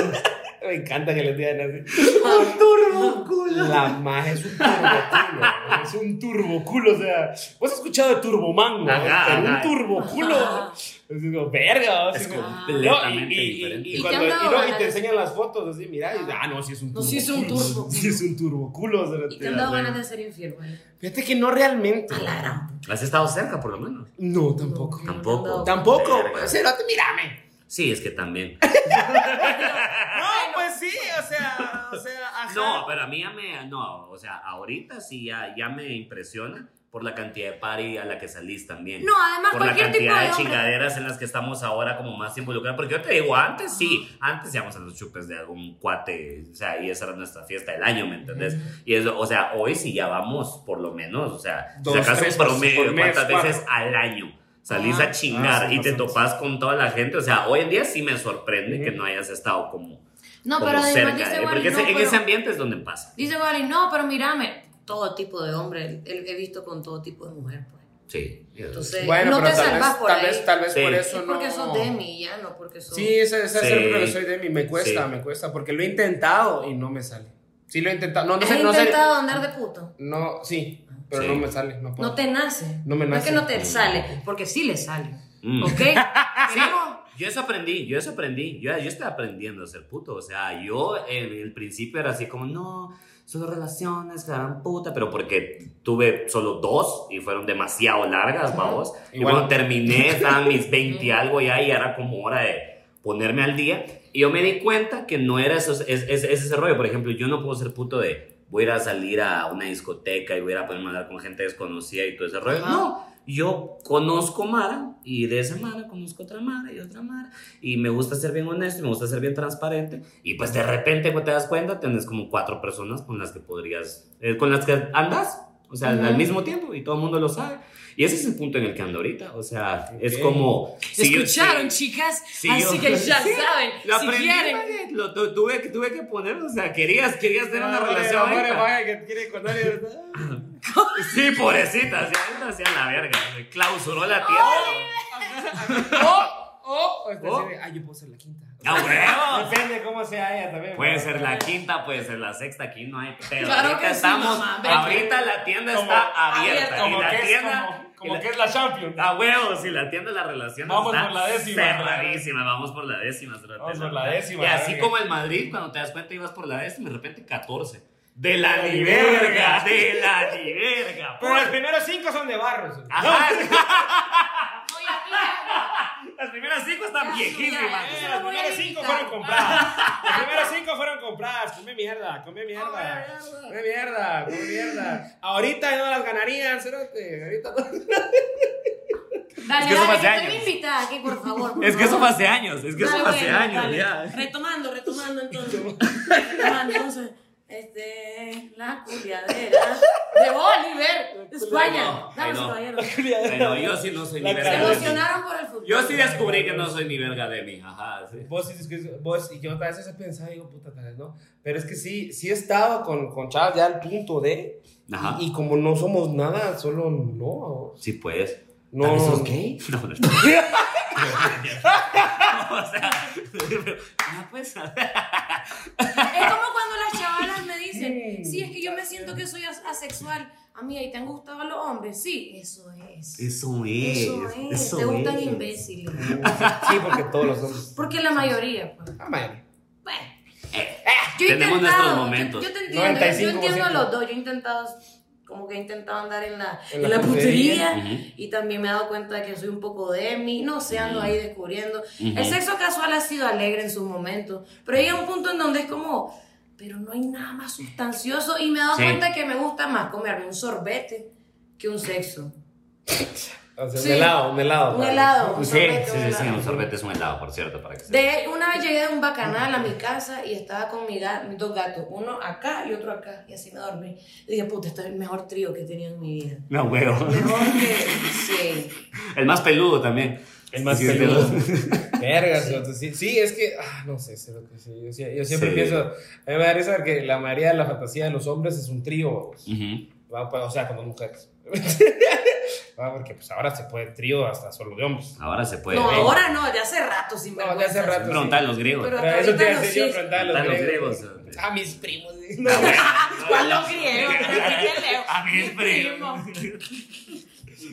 Speaker 1: Me encanta que le digan así.
Speaker 2: Un turboculo.
Speaker 1: La maje es un turboculo, es un turboculo, o sea, vos has escuchado de turbomango,
Speaker 2: Ajá,
Speaker 1: pero
Speaker 2: ajá.
Speaker 1: un turboculo.
Speaker 3: Ajá.
Speaker 1: Es como, verga, o sea,
Speaker 2: Es
Speaker 1: como-
Speaker 2: completamente
Speaker 1: No, y- y- y-
Speaker 2: diferente.
Speaker 1: Y,
Speaker 3: Y te
Speaker 1: cuando-
Speaker 3: han dado
Speaker 1: y no, y
Speaker 3: ganas
Speaker 1: te
Speaker 3: de-
Speaker 1: enseñan las fotos, así, mira, y, ah, no, sí es un turbo.
Speaker 3: No, sí es un turbo.
Speaker 1: Sí es un turbo culo. o sea,
Speaker 3: Y
Speaker 1: te
Speaker 3: te han dado
Speaker 1: la-
Speaker 3: ganas de ser infiel, güey.
Speaker 1: Fíjate que no realmente.
Speaker 3: A la gran.
Speaker 2: Has estado cerca, por lo menos.
Speaker 1: No, tampoco.
Speaker 3: No, no,
Speaker 2: Tampoco.
Speaker 3: no.
Speaker 1: Tampoco.
Speaker 2: Verga.
Speaker 1: Cerote, mírame.
Speaker 2: Sí, es que también.
Speaker 1: No, pues sí, o sea, o sea, ajá.
Speaker 2: No, pero a mí ya me. No, o sea, ahorita sí ya, ya me impresiona por la cantidad de party a la que salís también.
Speaker 3: No, además,
Speaker 2: por la
Speaker 3: cualquier tipo
Speaker 2: cantidad
Speaker 3: de
Speaker 2: de,
Speaker 3: hombre.
Speaker 2: chingaderas en las que estamos ahora como más involucrados. Porque yo te digo, antes sí, antes íbamos a los chupes de algún cuate, o sea, y esa era nuestra fiesta del año, ¿me entendés? Y eso, o sea, hoy sí ya vamos, por lo menos, o sea,
Speaker 1: Dos,
Speaker 2: sacas
Speaker 1: tres
Speaker 2: un
Speaker 1: por-
Speaker 2: promedio,
Speaker 1: por
Speaker 2: de
Speaker 1: mes,
Speaker 2: ¿cuántas
Speaker 1: cuatro.
Speaker 2: veces al año? Salís
Speaker 3: Ah,
Speaker 2: a chingar
Speaker 1: ah, sí,
Speaker 2: y te
Speaker 1: bastante.
Speaker 2: topás con toda la gente, o sea, hoy en día sí me sorprende
Speaker 1: Ujú.
Speaker 2: que no hayas estado como,
Speaker 3: No,
Speaker 2: como
Speaker 3: pero además
Speaker 2: cerca,
Speaker 3: dice
Speaker 2: de-
Speaker 3: Wally,
Speaker 2: porque
Speaker 3: no,
Speaker 2: ese- en
Speaker 3: pero-
Speaker 2: ese ambiente es donde pasa.
Speaker 3: Dice Wally, no, pero mírame, todo tipo de hombre, he he visto con todo tipo de mujer, pues.
Speaker 2: Sí.
Speaker 3: Entonces,
Speaker 1: Bueno,
Speaker 3: no
Speaker 1: pero
Speaker 3: te
Speaker 1: tal,
Speaker 3: salvas
Speaker 1: vez,
Speaker 3: por
Speaker 1: tal
Speaker 3: ahí.
Speaker 1: vez, tal vez
Speaker 2: Sí.
Speaker 1: por
Speaker 3: Es
Speaker 1: eso no.
Speaker 3: porque sos Demi, ya no porque sos...
Speaker 1: Sí, esa es
Speaker 2: Sí.
Speaker 1: que soy de mí. Me cuesta,
Speaker 2: Sí.
Speaker 1: me cuesta, porque lo he intentado y no me sale. Sí, lo he intentado. No, no
Speaker 3: ¿Has
Speaker 1: sé, no sé.
Speaker 3: intentado andar de puto?
Speaker 1: No, sí, pero
Speaker 2: Sí.
Speaker 1: no me sale. No, puedo.
Speaker 3: No te nace.
Speaker 1: No me
Speaker 3: es
Speaker 1: nace.
Speaker 3: que no te sale, porque sí le sale.
Speaker 2: Mm.
Speaker 3: ¿Ok?
Speaker 2: Sí, yo eso aprendí, yo eso aprendí, yo, yo estoy aprendiendo a ser puto, o sea, yo en el principio era así como, no, solo relaciones, gran puta, pero porque tuve solo dos y fueron demasiado largas, vamos, y
Speaker 1: Igual.
Speaker 2: cuando terminé estaban mis 20 y algo ya y era como hora de ponerme al día, y yo me di cuenta que no era eso, es, es- es- es ese rollo, por ejemplo, yo no puedo ser puto de, voy a ir a salir a una discoteca y voy a ir a ponerme a hablar con gente desconocida y todo ese rollo,
Speaker 3: Ajá.
Speaker 2: no, yo conozco Mara y de esa Mara conozco otra Mara y otra Mara y me gusta ser bien honesto y me gusta ser bien transparente y pues de repente cuando te das cuenta tenés como cuatro personas con las que podrías, eh, con las que andas, o sea,
Speaker 3: Ujú.
Speaker 2: al mismo tiempo y todo el mundo lo sabe. Y ese es el punto en el que ando ahorita, o sea, es
Speaker 1: Ok.
Speaker 2: como... si yo-
Speaker 3: Escucharon, chicas,
Speaker 2: Sí,
Speaker 3: así
Speaker 2: yo-
Speaker 3: que ya
Speaker 2: Sí,
Speaker 3: saben,
Speaker 2: lo
Speaker 3: si
Speaker 2: aprendí,
Speaker 3: quieren.
Speaker 2: vale, lo, tu- tuve, que- tuve que poner, o sea, querías, querías tener una
Speaker 1: Ahora,
Speaker 2: relación.
Speaker 1: ahora,
Speaker 2: ahorita.
Speaker 1: vaya, que quiere con nadie, ¿verdad?
Speaker 2: Sí, pobrecita, se ahorita hacía la verga, se clausuró la tienda.
Speaker 1: ¡Oh! ¡Oh! Este,
Speaker 2: Oh.
Speaker 1: sí, de, Ay, yo puedo ser la quinta. O
Speaker 2: ¡Ah, huevo!
Speaker 1: Depende cómo sea ella también.
Speaker 2: Puede
Speaker 1: ¿verdad?
Speaker 2: ser la quinta, puede ser la sexta, aquí no hay pedo.
Speaker 3: Claro
Speaker 2: ahorita
Speaker 3: que sí,
Speaker 2: estamos,
Speaker 3: mamá, ve.
Speaker 2: ahorita la tienda
Speaker 4: Como-
Speaker 2: está abierta.
Speaker 4: Como
Speaker 2: y la
Speaker 4: que es
Speaker 2: tienda.
Speaker 4: como-
Speaker 2: y
Speaker 4: como
Speaker 2: la- Ah.
Speaker 4: que es la Champions.
Speaker 2: A huevos, si la tienda de las relaciones
Speaker 4: Vamos
Speaker 2: está
Speaker 4: por la décima.
Speaker 2: cerradísima, vamos por la décima. cerote,
Speaker 4: Vamos
Speaker 2: la
Speaker 4: por la
Speaker 2: verdad.
Speaker 4: décima,
Speaker 2: Y así
Speaker 4: verga.
Speaker 2: como el Madrid, cuando te das cuenta ibas por la décima, y de repente 14. De
Speaker 1: De
Speaker 2: la
Speaker 1: la
Speaker 2: ni
Speaker 1: ni
Speaker 2: verga,
Speaker 1: verga.
Speaker 2: de la ni verga.
Speaker 1: Pero
Speaker 4: Pues,
Speaker 1: los
Speaker 2: por-
Speaker 1: primeros cinco son de barros.
Speaker 2: Ajá,
Speaker 3: Oye, mira,
Speaker 2: las primeras cinco están
Speaker 3: Ya,
Speaker 2: viejísimas.
Speaker 3: ya,
Speaker 1: Sí,
Speaker 3: ya.
Speaker 1: Las
Speaker 3: Ah, Voy a
Speaker 1: primeras Eh, cinco
Speaker 3: evitar.
Speaker 1: fueron compradas. Las primeras cinco fueron compradas. Come mierda, come
Speaker 3: Oh,
Speaker 1: mierda. Come mierda, come mierda. Ahorita no las ganarían, cerote. Ahorita no.
Speaker 3: Dale,
Speaker 2: Es que eso
Speaker 3: dale,
Speaker 2: fue hace
Speaker 3: que estoy
Speaker 2: años.
Speaker 3: invitada aquí, por favor. por
Speaker 2: Es que eso
Speaker 3: favor.
Speaker 2: fue hace años, es que eso
Speaker 3: Dale,
Speaker 2: fue hace
Speaker 3: Ah, bueno,
Speaker 2: años,
Speaker 3: dale.
Speaker 2: ya.
Speaker 3: Retomando, retomando entonces. retomando entonces. Este, la culiadera de Bolívar, España.
Speaker 2: Ay, no.
Speaker 3: Dame no.
Speaker 2: Bueno, yo sí no soy
Speaker 1: La
Speaker 2: ni
Speaker 3: Se
Speaker 2: verga. de mí.
Speaker 3: emocionaron por el fútbol.
Speaker 2: Yo sí descubrí que no soy ni verga de mí. Ajá, sí.
Speaker 1: Vos, sí, es que vos y yo a veces he pensado, digo, puta, tal vez no. Pero es que sí, sí he estado con, con chavas ya al punto de.
Speaker 2: Ajá.
Speaker 1: Y, y como no somos nada, solo no.
Speaker 2: Sí, pues.
Speaker 1: No.
Speaker 2: ¿Tal vez sos gay? No, no, no. O sea, no, pues.
Speaker 3: Es como cuando las chavalas me dicen,
Speaker 1: Mm.
Speaker 3: sí, es que yo me siento que soy as- asexual. A mí ahí te han gustado los hombres. Sí, eso es.
Speaker 2: Eso es.
Speaker 3: Eso es.
Speaker 2: eso
Speaker 3: te gustan
Speaker 2: es.
Speaker 3: imbéciles.
Speaker 1: Sí, porque todos los hombres.
Speaker 3: Porque la mayoría, pues.
Speaker 1: Ah, madre.
Speaker 3: Bueno.
Speaker 2: Eh,
Speaker 3: Yo he
Speaker 2: Tenemos
Speaker 3: intentado,
Speaker 2: nuestros momentos.
Speaker 3: Yo, yo te entiendo, yo- yo
Speaker 1: 95%.
Speaker 3: entiendo a los dos. Yo he intentado, como que he intentado andar en la,
Speaker 1: En la
Speaker 3: en la putería.
Speaker 2: Ujú.
Speaker 3: Y también me he dado cuenta de que soy un poco de mí. No sé, ando ahí descubriendo.
Speaker 2: Ujú.
Speaker 3: El sexo casual ha sido alegre en sus momentos. Pero llega un punto en donde es como, pero no hay nada más sustancioso. Y me he dado
Speaker 2: Sí.
Speaker 3: cuenta que me gusta más comerme un sorbete que un sexo.
Speaker 1: O sea,
Speaker 3: Sí.
Speaker 1: un helado, un helado.
Speaker 3: Un helado.
Speaker 2: Sí, sí, sí, sí, un sorbete es un helado, por cierto, para que se.
Speaker 3: De, una vez llegué de un bacanal a mi casa y estaba con mi ga- mis dos gatos, uno acá y otro acá, y así me dormí. Y dije, puta, este es el mejor trío que he tenido en mi vida.
Speaker 2: No, huevo.
Speaker 3: Mejor que. Sí.
Speaker 2: El más peludo también.
Speaker 1: El más
Speaker 2: Sí,
Speaker 1: peludo.
Speaker 2: sí, sí.
Speaker 1: Verga, cerote, sí, sí, es que, ah, no sé, cerote, sí, yo, sie- yo siempre
Speaker 2: Sí.
Speaker 1: pienso, a mí me da risa que la mayoría de la fantasía de los hombres es un trío, vamos.
Speaker 2: Ujú.
Speaker 1: Va, pues, o sea, con dos mujeres. Va, porque pues ahora se puede trío hasta solo de hombres.
Speaker 2: Ahora se puede.
Speaker 3: No,
Speaker 2: ver.
Speaker 3: ahora no, ya hace rato sin
Speaker 1: No, ya hace
Speaker 3: vergüenza.
Speaker 1: rato.
Speaker 2: Preguntar a los griegos.
Speaker 3: Pero-
Speaker 1: Pero eso te
Speaker 3: ahorita
Speaker 1: hace
Speaker 3: no,
Speaker 1: yo
Speaker 3: sí.
Speaker 1: preguntar a
Speaker 2: Preguntar
Speaker 1: los griegos.
Speaker 2: griegos. Ah,
Speaker 1: A mis primos. ¿sí?
Speaker 3: ¿Cuál lo creo?
Speaker 2: A mí es
Speaker 3: primo.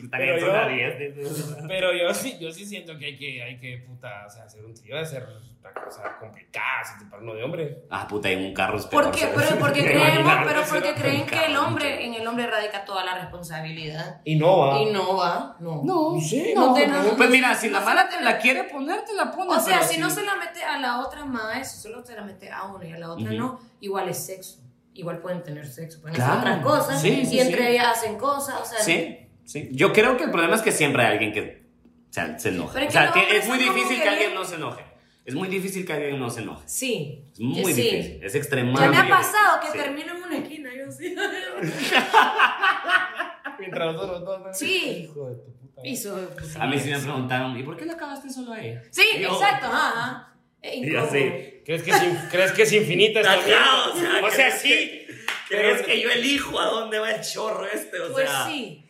Speaker 2: Están
Speaker 1: Pero
Speaker 2: en
Speaker 1: yo-
Speaker 2: zona 10, dices.
Speaker 1: Pero yo sí, yo sí siento que hay que, hay que puta, o sea, hacer un trío de ser una cosa complicada, si te para uno de hombre.
Speaker 2: Ah, puta, en un carro es peor,
Speaker 3: ¿Por qué?
Speaker 2: ¿sabes?
Speaker 3: Pero porque
Speaker 2: Me
Speaker 3: creemos,
Speaker 2: imagino
Speaker 3: pero
Speaker 2: que
Speaker 3: porque
Speaker 2: será
Speaker 3: creen que el
Speaker 2: complicado.
Speaker 3: hombre, en el hombre radica toda la responsabilidad.
Speaker 1: Y no
Speaker 2: Ah.
Speaker 1: va.
Speaker 3: Y no va, no.
Speaker 1: No, sí,
Speaker 3: no
Speaker 1: no,
Speaker 3: te
Speaker 1: no,
Speaker 3: no-
Speaker 2: Pues mira, si la mala te la quiere poner, te la pone.
Speaker 3: O sea,
Speaker 2: pero
Speaker 3: si no se la mete, solamente a la otra más, solo solamente a una y a la otra
Speaker 2: Ujú.
Speaker 3: no, igual es sexo. Igual pueden tener sexo, pueden
Speaker 2: Claro.
Speaker 3: hacer otras cosas
Speaker 2: Sí, sí,
Speaker 3: y entre
Speaker 2: sí.
Speaker 3: ellas hacen cosas, o sea,
Speaker 2: Sí, sí. Yo creo que el problema es que siempre hay alguien que o sea, se enoja.
Speaker 3: Pero
Speaker 2: o
Speaker 3: es que
Speaker 2: sea,
Speaker 3: los
Speaker 2: que
Speaker 3: hombres
Speaker 2: es muy
Speaker 3: son como
Speaker 2: difícil
Speaker 3: que
Speaker 2: que alguien
Speaker 3: bien-
Speaker 2: no se enoje. Es muy difícil que alguien no se enoje.
Speaker 3: sí.
Speaker 2: Es muy
Speaker 3: Sí.
Speaker 2: difícil. Es
Speaker 3: Ya
Speaker 2: extremadamente
Speaker 3: me ha pasado que
Speaker 2: difícil. Sí.
Speaker 3: termino en una esquina, yo sí.
Speaker 1: Mientras nosotros dos.
Speaker 3: Sí.
Speaker 1: Hijo de tu puta.
Speaker 3: Y so- sí.
Speaker 2: A mí sí me preguntaron, ¿y por qué le acabaste solo a ella?
Speaker 3: Sí,
Speaker 2: Y yo-
Speaker 3: exacto, ajá. Es
Speaker 2: Y yo así,
Speaker 1: ¿Crees que es, in- ¿crees que es infinita esta
Speaker 2: Ajá, o
Speaker 1: mierda?
Speaker 2: sea,
Speaker 1: O sea,
Speaker 2: ¿crees
Speaker 1: sí.
Speaker 2: ¿crees que yo elijo a dónde va el chorro este? O
Speaker 3: Pues
Speaker 2: sea,
Speaker 3: sí.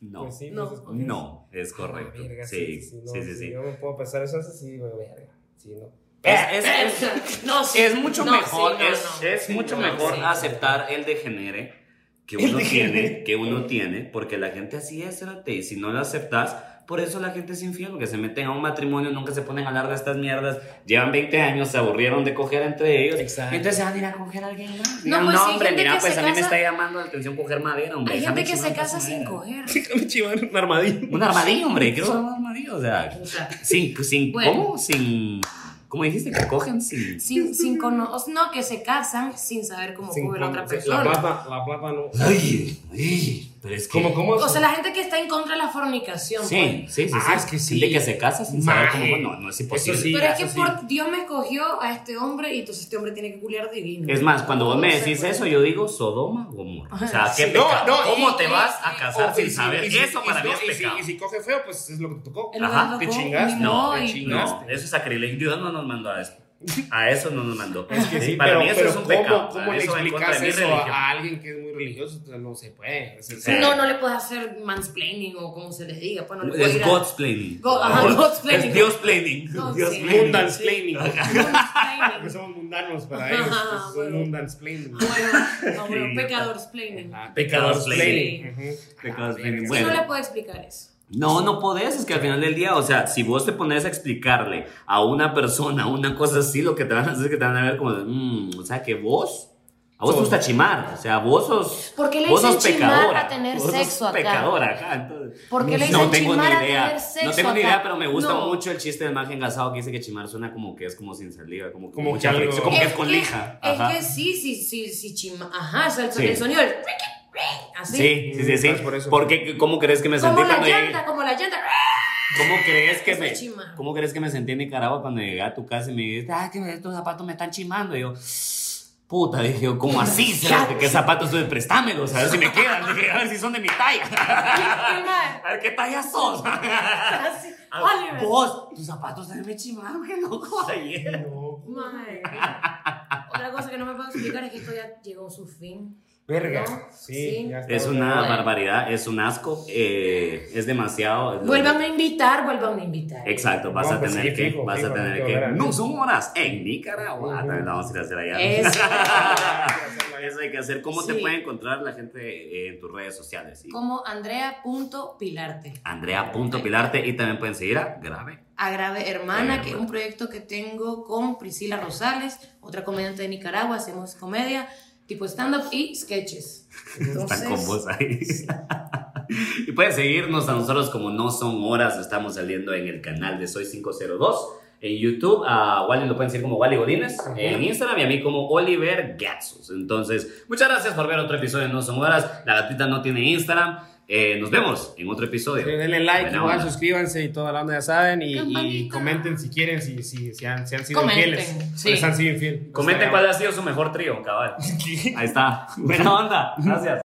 Speaker 2: no.
Speaker 1: Pues sí,
Speaker 3: No.
Speaker 1: pues es correcto.
Speaker 2: No, es correcto.
Speaker 1: Ah, verga,
Speaker 2: sí,
Speaker 1: sí,
Speaker 2: sí,
Speaker 1: no,
Speaker 2: sí, sí.
Speaker 1: Yo me puedo pasar eso así, güey, verga. Sí, no.
Speaker 2: Es, es-
Speaker 3: Eh, no, sí.
Speaker 2: es mucho
Speaker 3: No, sí,
Speaker 2: mejor,
Speaker 3: no,
Speaker 2: es,
Speaker 3: no.
Speaker 2: es mucho
Speaker 3: No,
Speaker 2: mejor
Speaker 3: sí.
Speaker 2: aceptar el degenere que
Speaker 1: El
Speaker 2: uno
Speaker 1: degenere.
Speaker 2: tiene, que uno tiene, porque la gente así es, espérate, y si no lo aceptas, por eso la gente es infiel, porque se meten a un matrimonio, nunca se ponen a hablar de estas mierdas, llevan 20 años, se aburrieron de coger entre ellos,
Speaker 1: Exacto.
Speaker 2: entonces se van a ir a coger a alguien más.
Speaker 3: No,
Speaker 2: Digan, No,
Speaker 3: pues sí, hay
Speaker 2: hombre,
Speaker 3: gente
Speaker 2: mira,
Speaker 3: que
Speaker 2: pues
Speaker 3: se
Speaker 2: a mí me
Speaker 3: casa-
Speaker 2: está llamando la atención coger madera, hombre.
Speaker 3: Hay gente
Speaker 2: déjame
Speaker 3: que se
Speaker 2: chimar
Speaker 3: casa
Speaker 2: esta
Speaker 3: sin
Speaker 2: madera.
Speaker 3: coger.
Speaker 1: Déjame chivar un armadillo.
Speaker 2: Un armadillo, hombre, quiero un armadillo, o sea,
Speaker 3: O sea,
Speaker 2: sin, pues, sin,
Speaker 3: Bueno.
Speaker 2: ¿cómo? Sin, ¿cómo dijiste que cogen? Sin...
Speaker 3: sin, sin cono- o- no, que se casan sin saber cómo
Speaker 1: Sin
Speaker 3: coge la otra
Speaker 1: con- sí, La
Speaker 3: persona.
Speaker 1: plata, la plata no.
Speaker 2: Ay, ay, pero es que.
Speaker 1: ¿Cómo, cómo?
Speaker 3: O sea, la gente que está en contra de la fornicación.
Speaker 2: Sí,
Speaker 3: pues.
Speaker 2: sí, sí.
Speaker 1: Ah, es que sí.
Speaker 2: Gente que se casa sin
Speaker 1: Mae.
Speaker 2: saber cómo. No, no es imposible.
Speaker 1: Eso sí.
Speaker 3: Pero es que
Speaker 1: eso sí.
Speaker 3: por Dios me escogió a este hombre y entonces este hombre tiene que culiar divino.
Speaker 2: Es más, cuando vos
Speaker 3: No
Speaker 2: me
Speaker 3: sé,
Speaker 2: decís
Speaker 3: pues.
Speaker 2: eso, yo digo Sodoma o Gomorra. O sea, qué
Speaker 1: Sí, no,
Speaker 2: pecado.
Speaker 1: no,
Speaker 2: ¿Cómo
Speaker 3: y-
Speaker 2: te
Speaker 3: y-
Speaker 2: vas a
Speaker 3: y-
Speaker 2: casar
Speaker 1: Oh, y
Speaker 2: sin
Speaker 1: si-
Speaker 2: saber?
Speaker 1: y si-
Speaker 2: eso
Speaker 1: y
Speaker 2: para
Speaker 1: si-
Speaker 2: mí
Speaker 1: no,
Speaker 2: es
Speaker 1: y si-
Speaker 2: pecado.
Speaker 1: Y si coge feo, pues es lo que te tocó.
Speaker 3: El
Speaker 2: Ajá,
Speaker 1: te
Speaker 3: hombre tocó,
Speaker 1: chingaste.
Speaker 3: ni
Speaker 2: No,
Speaker 3: modo, y-
Speaker 1: te chingaste.
Speaker 2: no, eso es sacrilegio. Dios no nos mandó a eso. A eso no nos mandó.
Speaker 1: Es que sí,
Speaker 2: para
Speaker 1: pero,
Speaker 2: mí eso
Speaker 1: pero
Speaker 2: es un
Speaker 1: ¿cómo,
Speaker 2: pecado.
Speaker 1: ¿cómo le
Speaker 2: eso va en contra
Speaker 1: explicas
Speaker 2: de mi
Speaker 1: eso
Speaker 2: religión.
Speaker 1: a alguien que es muy religioso? O sea, No se puede. Es- es-
Speaker 2: Sí,
Speaker 3: No, no le puedes hacer mansplaining o como se les diga. Pues no le puedes
Speaker 2: Eh. Es
Speaker 3: ir a-
Speaker 2: God's planning.
Speaker 3: Go- ajá, God's planning.
Speaker 2: Es Dios planning.
Speaker 3: No,
Speaker 2: Dios
Speaker 3: sí.
Speaker 2: planning.
Speaker 1: Mundan's planning. Porque
Speaker 3: Mansplaining.
Speaker 1: somos mundanos para ellos.
Speaker 3: Ajá,
Speaker 1: pues, son
Speaker 3: bueno.
Speaker 1: mundan's planning.
Speaker 3: Bueno, no, bueno,
Speaker 2: Sí,
Speaker 3: pecador's planning.
Speaker 1: Ah,
Speaker 2: Pecador's
Speaker 1: planning. Ujú. Ah,
Speaker 2: Pecador's
Speaker 1: verga.
Speaker 2: planning.
Speaker 3: Yo
Speaker 2: Bueno.
Speaker 3: no le puedo explicar eso.
Speaker 2: No, no podés, es que al final del día, o sea, si vos te pones a explicarle a una persona una cosa así, lo que te van a hacer es que te van a ver como, de, "Mm, o sea, que vos, a vos
Speaker 1: Sos.
Speaker 2: te gusta chimar, o sea, vos sos...
Speaker 3: ¿Por qué le
Speaker 2: vos
Speaker 3: dicen
Speaker 2: sos
Speaker 3: chimar
Speaker 2: pecadora,
Speaker 3: a tener
Speaker 2: vos sos
Speaker 3: sexo acá?
Speaker 2: pecadora acá, entonces...
Speaker 3: ¿Por qué le
Speaker 2: no
Speaker 3: dicen
Speaker 2: tengo ni
Speaker 3: chimar a
Speaker 2: idea,
Speaker 3: tener sexo
Speaker 2: no tengo ni
Speaker 3: acá?
Speaker 2: idea, pero me gusta
Speaker 3: No.
Speaker 2: mucho el chiste del margen gasado que dice que chimar suena como que es como sin saliva, como,
Speaker 1: Como
Speaker 2: como, mucha
Speaker 1: que algo-
Speaker 2: fricción, como que es con
Speaker 3: que-
Speaker 2: lija.
Speaker 3: Es
Speaker 2: Ajá.
Speaker 3: que sí, sí, sí, sí, chima. Ajá, o sea, el,
Speaker 2: Sí.
Speaker 3: el sonido del así.
Speaker 2: Sí, sí, sí, sí.
Speaker 1: Estás por eso.
Speaker 2: ¿Por qué? ¿Cómo crees que me sentí
Speaker 3: Como la
Speaker 2: cuando llegué?
Speaker 3: llanta, como la llanta.
Speaker 2: ¿Cómo crees que
Speaker 3: Eso
Speaker 2: me,
Speaker 3: es chimar.
Speaker 2: ¿Cómo crees que me sentí en Nicaragua cuando llegué a tu casa y me dijiste, ah, que estos zapatos me están chimando? Y yo, puta, dije yo, ¿cómo así? será? ¿Qué zapatos son? Préstámelos, a ver si me quedan, dije, a ver si son de mi talla.
Speaker 3: Y ma,
Speaker 2: A ver qué talla son.
Speaker 3: así,
Speaker 2: Ah,
Speaker 3: Oliver.
Speaker 2: Vos, tus zapatos se me chimaron, que loco eh. ayer.
Speaker 1: No.
Speaker 3: Madre. Otra cosa que no me puedo explicar es que esto ya llegó a su fin.
Speaker 1: Verga.
Speaker 3: No,
Speaker 1: Sí,
Speaker 3: sí.
Speaker 1: ya está.
Speaker 2: Es una
Speaker 3: Bueno.
Speaker 2: barbaridad, es un asco, eh, es demasiado.
Speaker 3: Vuelvan a invitar, vuelvan a invitar.
Speaker 2: Exacto, vas
Speaker 1: No,
Speaker 2: a
Speaker 1: pues sí,
Speaker 2: tener que,
Speaker 1: fijo,
Speaker 2: vas
Speaker 1: fijo,
Speaker 2: a tener
Speaker 1: fijo,
Speaker 2: que.
Speaker 1: ¿verdad?
Speaker 2: No son horas en Nicaragua. También la vamos a ir a hacer allá.
Speaker 3: Eso.
Speaker 2: Eso hay que hacer. ¿Cómo te
Speaker 3: Sí.
Speaker 2: puede encontrar la gente eh, en tus redes sociales? Y
Speaker 3: Como Andrea.pilarte.
Speaker 2: Andrea.pilarte y también pueden seguir a Grave.
Speaker 3: Agrave
Speaker 2: Eh,
Speaker 3: Hermana, que es
Speaker 2: bueno.
Speaker 3: un proyecto que tengo con Priscila Rosales, otra comediante de Nicaragua. Hacemos comedia, tipo stand-up y sketches.
Speaker 2: Están
Speaker 3: Entonces,
Speaker 2: con vos ahí. y pueden seguirnos a nosotros como No Son Horas. Estamos saliendo en el canal de Soy 502 en YouTube. A Wally lo pueden seguir como Wally Godínez en Instagram y a mí como Oliver Gatsus. Entonces, muchas gracias por ver otro episodio de No Son Horas. La gatita no tiene Instagram. Eh, nos vemos en otro episodio.
Speaker 1: Sí, Denle like,
Speaker 2: Buena
Speaker 1: igual
Speaker 2: onda.
Speaker 1: suscríbanse y toda la onda, ya saben. Y, y
Speaker 3: Campanita.
Speaker 1: comenten si quieren, si, si, si han, si han sido
Speaker 3: Comenten,
Speaker 1: infieles.
Speaker 3: sí.
Speaker 1: Les han sido infieles.
Speaker 2: Comenten cuál ha sido su mejor trío, cabal. Ahí está. Buena onda. Gracias.